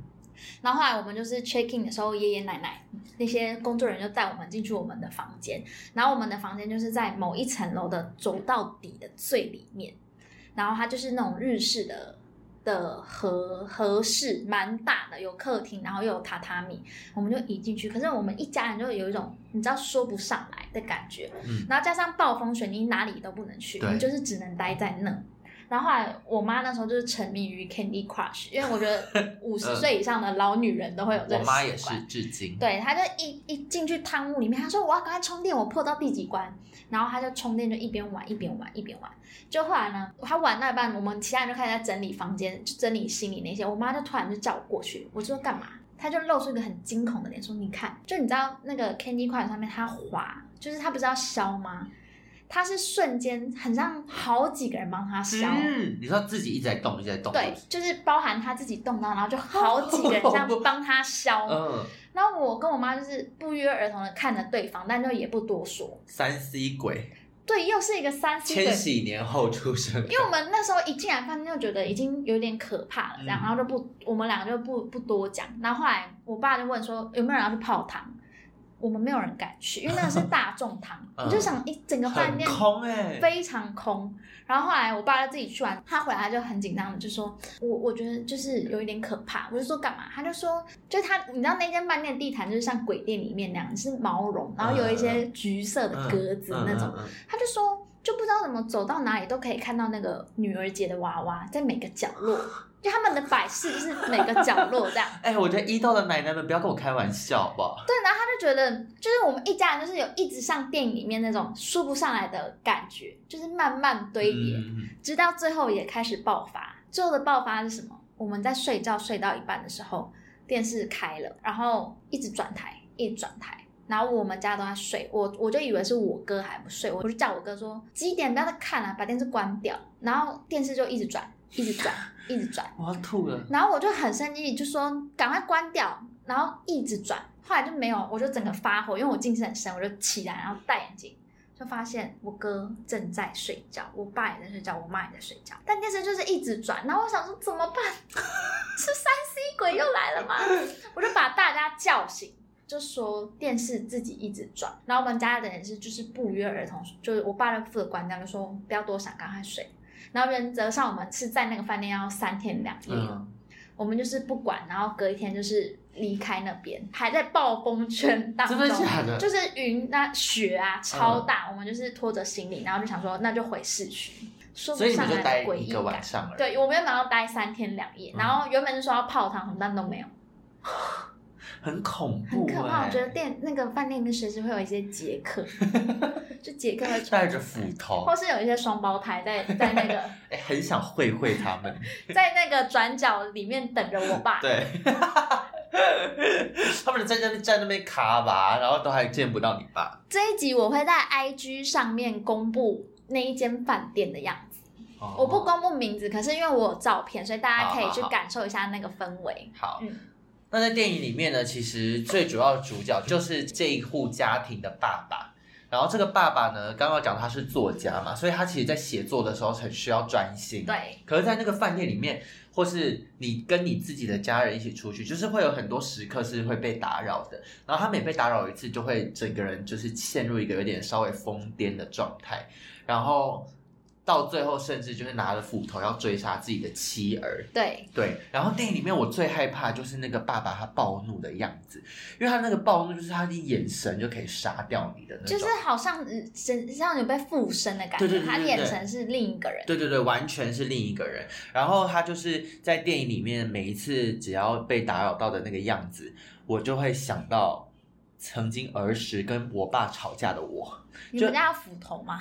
Speaker 2: 然后后来我们就是 check in 的时候，爷爷奶奶那些工作人员就带我们进去我们的房间，然后我们的房间就是在某一层楼的走到底的最里面，然后它就是那种日式的。的和和室蛮大的，有客厅，然后又有榻榻米，我们就移进去。可是我们一家人就有一种你知道说不上来的感觉，
Speaker 1: 嗯
Speaker 2: 然后加上暴风雪，你哪里都不能去，
Speaker 1: 对
Speaker 2: 你就是只能待在那。然后后来我妈那时候就是沉迷于 Candy Crush，因为我
Speaker 1: *laughs*
Speaker 2: 觉得五十岁以上的老女人都会有这个
Speaker 1: 嗯我
Speaker 2: 习惯。
Speaker 1: 妈也是，至今。
Speaker 2: 对，她就一一进去汤屋里面，她说我要赶快充电，我破到第几关，然后她就充电就一边玩一边玩一边玩。就后来呢，她玩到一半，我们其他人就开始在整理房间，就整理行李那些。我妈就突然就叫我过去，我就说干嘛？她就露出一个很惊恐的脸，说你看，就你知道那个 Candy Crush 上面它滑，就是它不是要消吗？它是瞬间很像好几个人帮她消。
Speaker 1: 嗯，你说自己一直在动，一直在动。
Speaker 2: 对，就是包含她自己动到，然后就好几个
Speaker 1: *laughs*
Speaker 2: 人这样帮她消。
Speaker 1: 嗯，
Speaker 2: 然后我跟我妈就是不约而同的看着对方，但就也不多说。
Speaker 1: 三 C 鬼，
Speaker 2: 对，又是一个三 C
Speaker 1: 千
Speaker 2: 对，
Speaker 1: 禧年后出生的
Speaker 2: 因为我们那时候一进来饭店就觉得已经有点可怕了，这样，
Speaker 1: 嗯
Speaker 2: 然后就不，我们两个就不不多讲。然后后来我爸就问说有没有人要去泡汤，我们没有人敢去，因为那
Speaker 1: *laughs*
Speaker 2: 个是大众堂，
Speaker 1: 嗯
Speaker 2: 我就想一整个饭
Speaker 1: 很
Speaker 2: 店
Speaker 1: 空哎、
Speaker 2: 非常空。然后后来我爸就自己去完，他回来就很紧张的就说：“我我觉得就是有一点可怕。”我就说干嘛？他就说，就是他，你知道那间饭店地毯就是像鬼店里面那样，是毛绒，然后有一些橘色的格子那种。
Speaker 1: 嗯嗯嗯
Speaker 2: 他就说，就不知道怎么走到哪里都可以看到那个女儿节的娃娃在每个角落，就他们的摆饰就是每个角落这样。 *laughs*
Speaker 1: 哎、我觉得一豆的奶奶们不要跟我开玩笑，好不好？
Speaker 2: 对，然后他就觉得，就是我们一家人就是有一直像电影里面那种说不上来的感觉，就是慢慢堆叠。
Speaker 1: 嗯
Speaker 2: 直到最后也开始爆发。最后的爆发是什么？我们在睡觉睡到一半的时候，电视开了，然后一直转台，一直转台。然后我们家都在睡，我我就以为是我哥还不睡，我就叫我哥说几点不要再看了、把电视关掉。然后电视就一直转，一直转，一直转。
Speaker 1: 我要吐了。
Speaker 2: 然后我就很生气，就说赶快关掉，然后一直转。后来就没有，我就整个发火，因为我近视很深，我就起来，然后戴眼镜，就发现我哥正在睡觉，我爸也在睡觉，我妈也在睡觉，但电视就是一直转。然后我想说怎么办？ *laughs* 是三 C 鬼又来了吗？我就把大家叫醒。就说电视自己一直转，然后我们家的人是就是不约而同，就是我爸就负责关掉，就说不要多想，赶快睡。然后原则上我们是在那个饭店要三天两夜，
Speaker 1: 嗯，
Speaker 2: 我们就是不管，然后隔一天就是离开那边，还在暴风圈当
Speaker 1: 真
Speaker 2: 中，
Speaker 1: 的假的？
Speaker 2: 就是云那雪啊超大，
Speaker 1: 嗯
Speaker 2: 我们就是拖着行李，然后就想说那就回市区，说不
Speaker 1: 所以你
Speaker 2: 上
Speaker 1: 们就
Speaker 2: 来
Speaker 1: 待
Speaker 2: 的诡
Speaker 1: 一
Speaker 2: 异
Speaker 1: 个
Speaker 2: 感
Speaker 1: 晚。上而已。
Speaker 2: 对，我们原本要待三天两夜，
Speaker 1: 嗯
Speaker 2: 然后原本就说要泡汤，什么但都没有，
Speaker 1: 很恐
Speaker 2: 很
Speaker 1: 怖、欸，
Speaker 2: 可怕。我觉得店那个饭店里面随时会有一些
Speaker 1: *laughs*
Speaker 2: 杰克，就杰克会
Speaker 1: 带
Speaker 2: 穿
Speaker 1: 着斧头
Speaker 2: 或，是有一些双胞胎在在那
Speaker 1: *laughs*
Speaker 2: 个
Speaker 1: 哎、很想会会他
Speaker 2: *laughs*
Speaker 1: 们。
Speaker 2: 在那个转角里面等着我爸，
Speaker 1: 对， *laughs* 他们在那边在那边卡吧，然后都还见不到你爸。
Speaker 2: 这一集我会在 IG 上面公布那一间饭店的样子，
Speaker 1: 哦
Speaker 2: 我不公布名字，可是因为我有照片，所以大家可以去
Speaker 1: 好好好
Speaker 2: 感受一下那个氛围。
Speaker 1: 哦好。
Speaker 2: 嗯，
Speaker 1: 那在电影里面呢，其实最主要的主角就是这一户家庭的爸爸。然后这个爸爸呢，刚刚讲他是作家嘛，所以他其实在写作的时候很需要专心。。
Speaker 2: 对，
Speaker 1: 可是，在那个饭店里面，或是你跟你自己的家人一起出去，就是会有很多时刻是会被打扰的。然后他每被打扰一次，就会整个人就是陷入一个有点稍微疯癫的状态，然后到最后甚至就是拿着斧头要追杀自己的妻儿。
Speaker 2: 对，
Speaker 1: 对，然后电影里面我最害怕就是那个爸爸他暴怒的样子，因为他那个暴怒就是他的眼神就可以杀掉你的那种，
Speaker 2: 就是好像嗯身像有被附身的感
Speaker 1: 对对
Speaker 2: 觉，
Speaker 1: 对
Speaker 2: 他
Speaker 1: 对
Speaker 2: 眼
Speaker 1: 对
Speaker 2: 神是另一个人。
Speaker 1: 对对对，完全是另一个人。然后他就是在电影里面每一次只要被打扰到的那个样子，我就会想到曾经儿时跟我爸吵架的我。 *laughs*
Speaker 2: 你们家有斧头吗？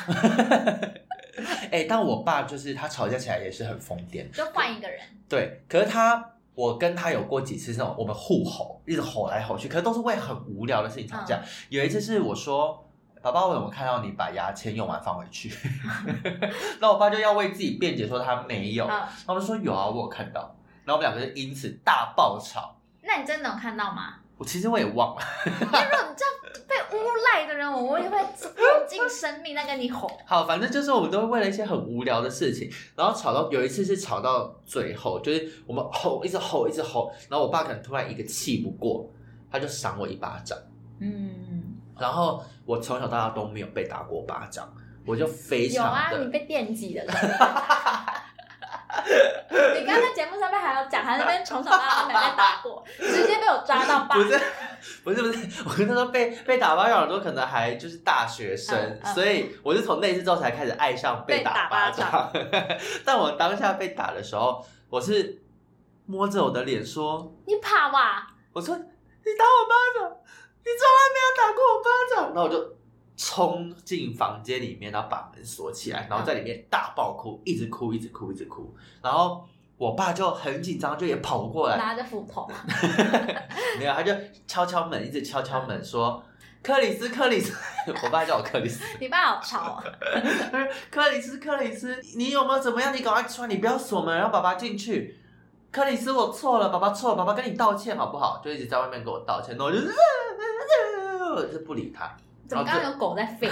Speaker 1: 哎，但我爸就是他吵架起来也是很疯癫，
Speaker 2: 就换一个人，
Speaker 1: 对，可是他。我跟他有过几次这种我们互吼，一直吼来吼去，可是都是为很无聊的事情吵架。有一次是我说：“爸爸，我怎么看到你把牙签用完放回去？” *laughs* 那我爸就要为自己辩解说他没有，
Speaker 2: 嗯，
Speaker 1: 他们说有啊，我有看到。然后我们两个就因此大爆吵。
Speaker 2: 那你真的有看到吗？
Speaker 1: 我其实我也忘了。
Speaker 2: 如果你这样被诬赖的人，我我也会 *laughs* 用尽生命在跟你吼。
Speaker 1: 好，反正就是我们都会为了一些很无聊的事情，然后吵到有一次是吵到最后，就是我们吼一直吼一直吼，然后我爸可能突然一个气不过，他就赏我一巴掌。
Speaker 2: 嗯，
Speaker 1: 然后我从小到大都没有被打过巴掌，我就非
Speaker 2: 有
Speaker 1: 常
Speaker 2: 啊，
Speaker 1: 的、
Speaker 2: 你被电击
Speaker 1: *laughs*
Speaker 2: 的了。你刚才在节目上面还有讲，他那边从小到大都没被打过，直接被我抓到爸
Speaker 1: 不。是 *laughs* 不是不是，我跟他说被被打巴掌的时候可能还就是大学生，
Speaker 2: 嗯嗯
Speaker 1: 所以我是从那次之后才开始爱上被打巴掌。 *laughs* 但我当下被打的时候，我是摸着我的脸说
Speaker 2: 你怕哇？：“
Speaker 1: 我说你打我巴掌，你从来没有打过我巴掌。”那我就。冲进房间里面，然后把门锁起来，然后在里面大爆哭，一直哭，一直哭，一直哭。然后我爸就很紧张，就也跑过来，
Speaker 2: 拿着斧头，
Speaker 1: 没有，他就敲敲门，一直敲敲门说：“克里斯，克里斯。” *laughs* 我爸叫我克里斯，
Speaker 2: 你爸好吵啊！
Speaker 1: 他说：“克里斯，克里斯，你有没有怎么样？你赶快出来，你不要锁门，让爸爸进去。”克里斯，我错了，爸爸错了，爸爸跟你道歉好不好？就一直在外面跟我道歉，然后我就我就 *laughs* 不理他，
Speaker 2: 怎么刚刚有狗在吠？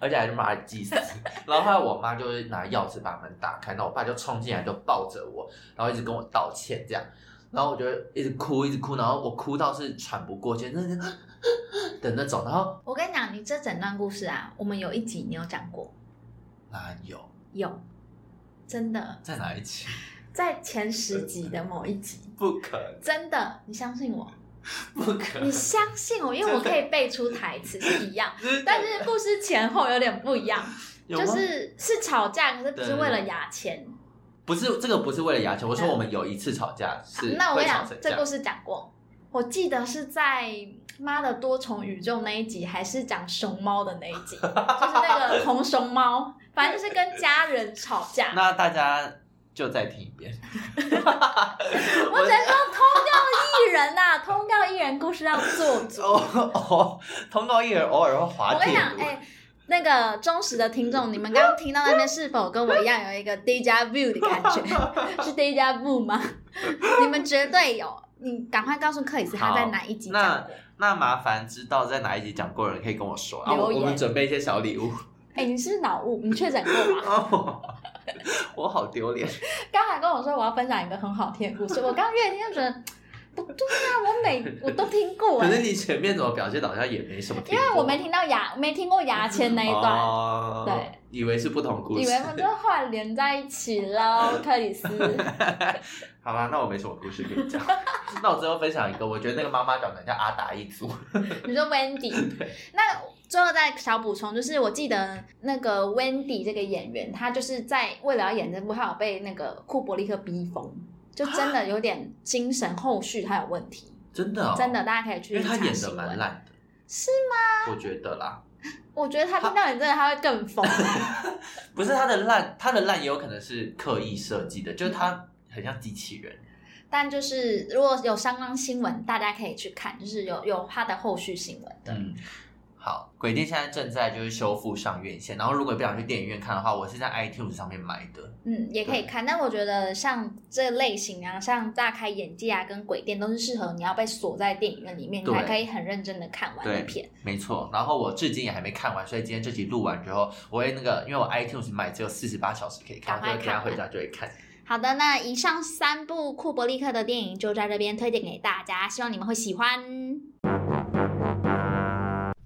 Speaker 1: 而且还是骂他祭司。 *laughs* 然后后来我妈就拿钥匙把门打开，然后我爸就冲进来就抱着我，然后一直跟我道歉这样，然后我就一直哭一直哭，然后我哭到是喘不过气，那那的那种，然后
Speaker 2: 我跟你讲，你这整段故事啊，我们有一集你有讲过，
Speaker 1: 哪有
Speaker 2: 有，真的，
Speaker 1: 在哪一起？ *laughs*
Speaker 2: 在前十集的某一集，
Speaker 1: 不可能，
Speaker 2: 真的，你相信
Speaker 1: *laughs*
Speaker 2: 我，
Speaker 1: 不可
Speaker 2: 你
Speaker 1: 能。
Speaker 2: 相信我，因为我可以背出台词是一样，
Speaker 1: 真的
Speaker 2: 但是故事前后有点不一样，
Speaker 1: 有
Speaker 2: 就
Speaker 1: 吗
Speaker 2: 是是吵架，可是不是
Speaker 1: 对
Speaker 2: 为了牙签。
Speaker 1: 不是这个不是为了牙签，我说我们有一次吵架是
Speaker 2: 嗯那我
Speaker 1: 会
Speaker 2: 跟你
Speaker 1: 吵
Speaker 2: 讲
Speaker 1: 成，这
Speaker 2: 这
Speaker 1: 样
Speaker 2: 故，事讲过，我记得是在《妈的多重宇宙》那一集，还是讲熊猫的那一集，就是
Speaker 1: *laughs*
Speaker 2: 那个红熊猫，反正就是跟家人吵架。
Speaker 1: 那大家就再听一遍。 *laughs*
Speaker 2: 我只能说，通告艺人呐、通告艺人故事要做
Speaker 1: *laughs*
Speaker 2: 足。
Speaker 1: 哦哦，通告艺人偶尔会滑
Speaker 2: 我跟你
Speaker 1: 铁
Speaker 2: 讲，
Speaker 1: 卢。
Speaker 2: 哎、那个忠实的听众，你们刚刚听到那边是否跟我一样有一个 deja vu 的感
Speaker 1: *laughs*
Speaker 2: 觉？是 deja vu 吗？你们绝对有，你赶快告诉克里斯他在哪一集讲
Speaker 1: 那
Speaker 2: 过。
Speaker 1: 那麻烦知道在哪一集讲过的人可以跟我说，啊然后
Speaker 2: 留
Speaker 1: 我
Speaker 2: 言
Speaker 1: 我们准备一些小礼物。
Speaker 2: 哎、你是不是脑雾，你确诊过吗？ *laughs*
Speaker 1: 哦， *laughs* 我好丢脸。
Speaker 2: 刚才跟我说我要分享一个很好听的故事，我刚越听就觉得不对啊，我每我都听过哎、
Speaker 1: 可是你前面怎么表现的好像也没什么听
Speaker 2: 因
Speaker 1: 过？
Speaker 2: 为我没听到牙没听过牙签那一段。
Speaker 1: 哦、
Speaker 2: 对，
Speaker 1: 以为是不同故
Speaker 2: 以
Speaker 1: 事
Speaker 2: 为。我就后来连在一起喽，克里斯。
Speaker 1: 好吧，那我没什么故事可
Speaker 2: *laughs*
Speaker 1: 以讲。那我最后分享一个，我觉得那个妈妈长得很像阿达一族。
Speaker 2: 你说 Wendy，那
Speaker 1: *laughs*
Speaker 2: 最后再小补充，就是我记得那个 Wendy 这个演员，她就是在为了要演这部，她有被那个库伯利克逼疯，就真的有点精神后续她有问题，
Speaker 1: 真啊的、哦，
Speaker 2: 真的，，大家可以去
Speaker 1: 因为她
Speaker 2: 查
Speaker 1: 演
Speaker 2: 新
Speaker 1: 的
Speaker 2: 闻
Speaker 1: 蛮烂的。
Speaker 2: 是
Speaker 1: 我觉得啦，
Speaker 2: 我觉得他听到你这个，他会
Speaker 1: *laughs*
Speaker 2: 更疯。
Speaker 1: 不是她的烂，她的烂也有可能是刻意设计的，就是她很像机器人。
Speaker 2: 但就是如果有相关新闻，大家可以去看，就是有有他的后续新闻的。
Speaker 1: 嗯，好，鬼店现在正在就是修复上院线，然后如果不想去电影院看的话，我是在 iTunes 上面买的。
Speaker 2: 嗯，也可以看。但我觉得像这类型啊，像大开眼界啊，跟鬼店都是适合你要被锁在电影院里面，你
Speaker 1: 对
Speaker 2: 才可以很认真的看完一片。
Speaker 1: 没错，然后我至今也还没看完，所以今天这集录完之后，我会那个，因为我 iTunes 买只有四十八小时可以看，
Speaker 2: 赶
Speaker 1: 所以我等一
Speaker 2: 快
Speaker 1: 下
Speaker 2: 看完
Speaker 1: 回家就会看。
Speaker 2: 好的，那以上三部库伯利克的电影就在这边推荐给大家，希望你们会喜欢。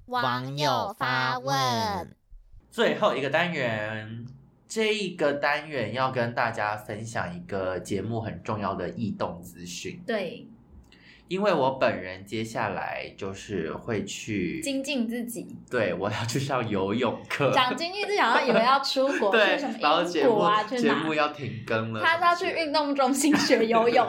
Speaker 4: 网友发问。
Speaker 1: 最后一个单元，这一个单元要跟大家分享一个节目很重要的异动资讯，
Speaker 2: 对，
Speaker 1: 因为我本人接下来就是会去，
Speaker 2: 精进自己，
Speaker 1: 对我要去上游泳课，
Speaker 2: 长经济自己好像以为要出国，去
Speaker 1: *laughs* 对
Speaker 2: 什么，
Speaker 1: 然后节
Speaker 2: 英
Speaker 1: 目、
Speaker 2: 国啊，去
Speaker 1: 节
Speaker 2: 哪？
Speaker 1: 目要停更了，
Speaker 2: 他是要去运动中心学
Speaker 1: *laughs*
Speaker 2: 游泳。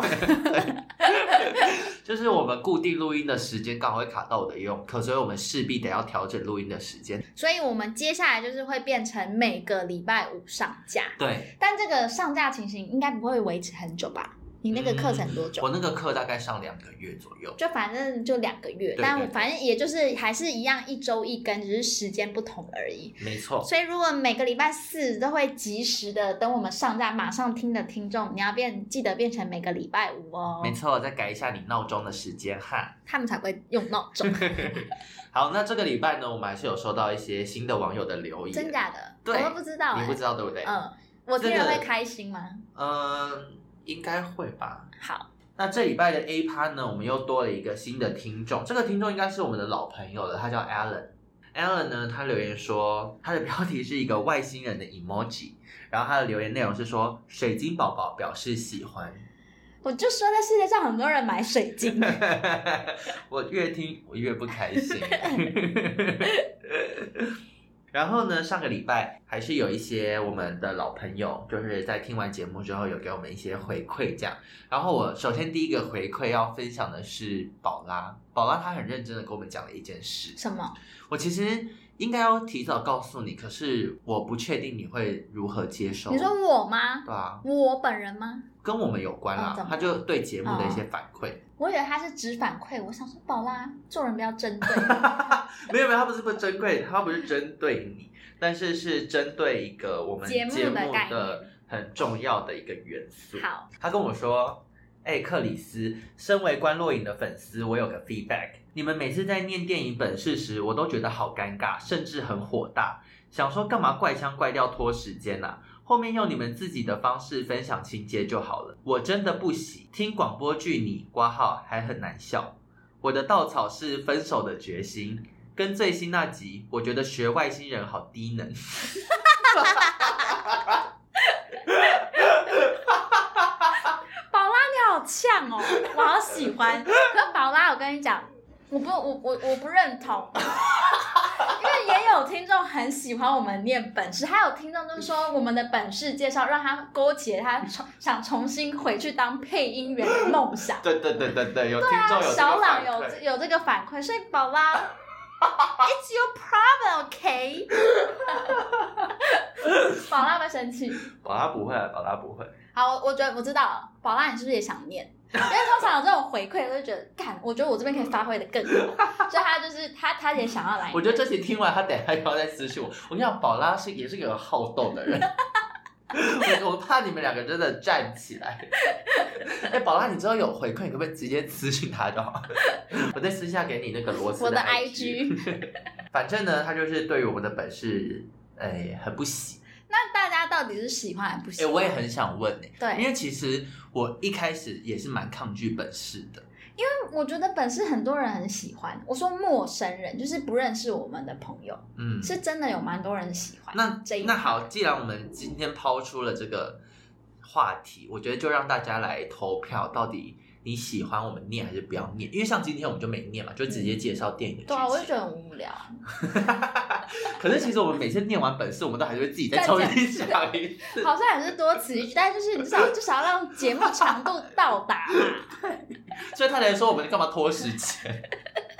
Speaker 1: 就是我们固定录音的时间刚好会卡到我的游泳课，所以我们势必得要调整录音的时间。
Speaker 2: 所以我们接下来就是会变成每个礼拜五上架，
Speaker 1: 对，
Speaker 2: 但这个上架情形应该不会维持很久吧？你那个课程多久？
Speaker 1: 嗯我那个课大概上两个月左右，
Speaker 2: 就反正就两个月，
Speaker 1: 对
Speaker 2: 但
Speaker 1: 对
Speaker 2: 我
Speaker 1: 对
Speaker 2: 反正也就是还是一样一周一根，只是时间不同而已。
Speaker 1: 没错。
Speaker 2: 所以如果每个礼拜四都会及时的等我们上架马上听的听众，你要变记得变成每个礼拜五哦
Speaker 1: 没，错，再改一下你闹钟的时间哈。 *laughs*
Speaker 2: 他们才不会用闹钟，
Speaker 1: 好，那这个礼拜呢，我们还是有收到一些新的网友的留言，
Speaker 2: 真假的，我
Speaker 1: 对
Speaker 2: 都不知道、
Speaker 1: 你
Speaker 2: 欸，
Speaker 1: 不知道对不对？
Speaker 2: 嗯，我听
Speaker 1: 这
Speaker 2: 了
Speaker 1: 个
Speaker 2: 会开心吗？
Speaker 1: 嗯，应该会吧。
Speaker 2: 好，
Speaker 1: 那这礼拜的 A 趴呢，我们又多了一个新的听众，这个听众应该是我们的老朋友了，他叫 Alan。Alan 呢，他留言说，他的标题是一个外星人的 emoji，然后他的留言内容是说，水晶宝宝表示喜欢。
Speaker 2: 我就说在世界上很多人买水
Speaker 1: *laughs*
Speaker 2: 晶，
Speaker 1: 我越听我越不开心。 *laughs* 然后呢，上个礼拜还是有一些我们的老朋友，就是在听完节目之后有给我们一些回馈，这样。然后我首先第一个回馈要分享的是宝拉，宝拉她很认真的跟我们讲了一件事，
Speaker 2: 什么？
Speaker 1: 我其实应该要提早告诉你，可是我不确定你会如何接受。
Speaker 2: 你说我吗？
Speaker 1: 对啊，
Speaker 2: 我本人吗？
Speaker 1: 跟我们有关啦
Speaker 2: 哦，怎么
Speaker 1: 他就对节目的一些反馈。
Speaker 2: 我以为他是只反馈，我想说宝拉做人不要针对，
Speaker 1: *laughs* 没有没有，他不是不针对，他不是针对你，但是是针对一个我们
Speaker 2: 节
Speaker 1: 节
Speaker 2: 目
Speaker 1: 目
Speaker 2: 的概
Speaker 1: 的
Speaker 2: 念
Speaker 1: 很重要的一个元素。
Speaker 2: 好，
Speaker 1: 他跟我说：“哎、克里斯，身为关洛影的粉丝，我有个 feedback，你们每次在念电影本事时，我都觉得好尴尬，甚至很火大，想说干嘛怪腔怪调拖时间啊。”后面用你们自己的方式分享情节就好了。我真的不喜听广播剧你，挂号还很难笑。我的稻草是分手的决心，跟最新那集，我觉得学外星人好低能。。
Speaker 2: 宝拉你好呛哦，我好喜欢。可宝拉，我跟你讲，我不我我我不认同，因为也有听众很喜欢我们念本事，还有听众就是说我们的本事介绍让他勾起了他重想重新回去当配音员的梦想
Speaker 1: 对对对对对，有听众有这个
Speaker 2: 啊小朗
Speaker 1: 反
Speaker 2: 有
Speaker 1: 馈
Speaker 2: 有这个反馈，所以
Speaker 1: *laughs*
Speaker 2: 宝拉，It's your problem, OK？宝拉会不会生气？
Speaker 1: 宝拉不会，宝拉不会。
Speaker 2: 好，我我觉得我知道了，宝拉，你是不是也想念？因为通常有这种回馈，我就觉得，干，我觉得我这边可以发挥的更好，所以他就是他，他也想要来。
Speaker 1: 我觉得这期听完，他等一下又要再私信我。我跟你讲，宝拉是也是个好动的
Speaker 2: *laughs*
Speaker 1: 人，我我怕你们两个真的站起来。 *laughs* 哎、宝拉，你之后有回馈，你可不可以直接私信他就好？ *laughs* 我再私下给你那个螺丝
Speaker 2: 我的
Speaker 1: IG。反正呢，他就是对于我们的本事，哎、很不喜。
Speaker 2: 那大家到底是喜欢还是不
Speaker 1: 哎、
Speaker 2: 喜欢？
Speaker 1: 我也很想问哎、因
Speaker 2: 对，
Speaker 1: 为其实我一开始也是蛮抗拒本事的。
Speaker 2: 我觉得本是很多人很喜欢。我说陌生人就是不认识我们的朋友，
Speaker 1: 嗯，
Speaker 2: 是真的有蛮多人喜欢。
Speaker 1: 那
Speaker 2: 这一
Speaker 1: 那好，既然我们今天抛出了这个话题，我觉得就让大家来投票，到底你喜欢我们念还是不要念？因为像今天我们就没念嘛，就直接介绍电影的剧
Speaker 2: 对
Speaker 1: 情。
Speaker 2: 啊，我就觉得很无聊啊。
Speaker 1: 可是其实我们每次念完本事，我们都还是会自己再重新讲一次。
Speaker 2: *laughs* 好像也是多此一举，但就是你至少至少要让节目长度到达嘛。
Speaker 1: 所以他才说我们干嘛拖时间，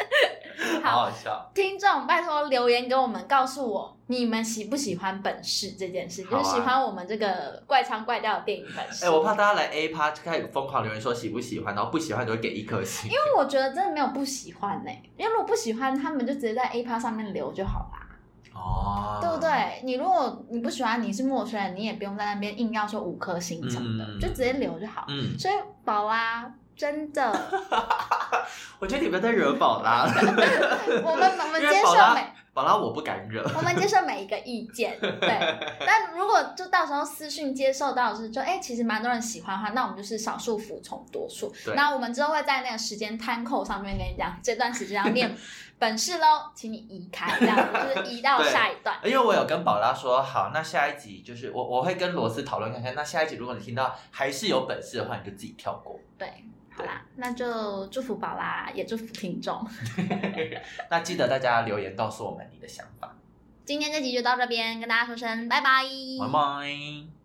Speaker 1: *laughs* 好好笑。
Speaker 2: 听众，拜托留言给我们，告诉我你们喜不喜欢本事这件事，
Speaker 1: 好
Speaker 2: 就
Speaker 1: 啊
Speaker 2: 是喜欢我们这个怪腔怪调的电影本事。
Speaker 1: 哎、我怕大家来 A 趴开始疯狂留言说喜不喜欢，然后不喜欢就会给一颗星。
Speaker 2: 因为我觉得真的没有不喜欢呢、因为如果不喜欢，他们就直接在 A 趴上面留就好啦，
Speaker 1: 哦，
Speaker 2: 对不？对？你如果你不喜欢，你是陌生人，你也不用在那边硬要说五颗星什么的，
Speaker 1: 嗯
Speaker 2: 就直接留就好。
Speaker 1: 嗯，
Speaker 2: 所以宝啊，
Speaker 1: *laughs*
Speaker 2: 真的，
Speaker 1: 我觉得你不要再惹宝拉了，
Speaker 2: 我们我们
Speaker 1: 因
Speaker 2: 接
Speaker 1: 为
Speaker 2: 受
Speaker 1: 宝拉
Speaker 2: 每
Speaker 1: 宝拉我不敢惹。
Speaker 2: 我们接受每一个意见，对。但如果就到时候私讯接受到的是就哎、其实蛮多人喜欢的话，那我们就是少数服从多数。
Speaker 1: 对
Speaker 2: 那我们之后会在那个时间摊扣上面跟你讲， *laughs* 这段时间要念本事喽，请你移开，这样子就是移到下一段。
Speaker 1: 因为我有跟宝拉说，好，那下一集就是我我会跟罗斯讨论看看，那下一集如果你听到还是有本事的话，你就自己跳过。
Speaker 2: 对，好啦，那就祝福宝啦，也祝福听众。
Speaker 1: 那记得大家留言告诉我们你的想法，
Speaker 2: 今天这集就到这边，跟大家说声拜拜，
Speaker 1: 拜拜。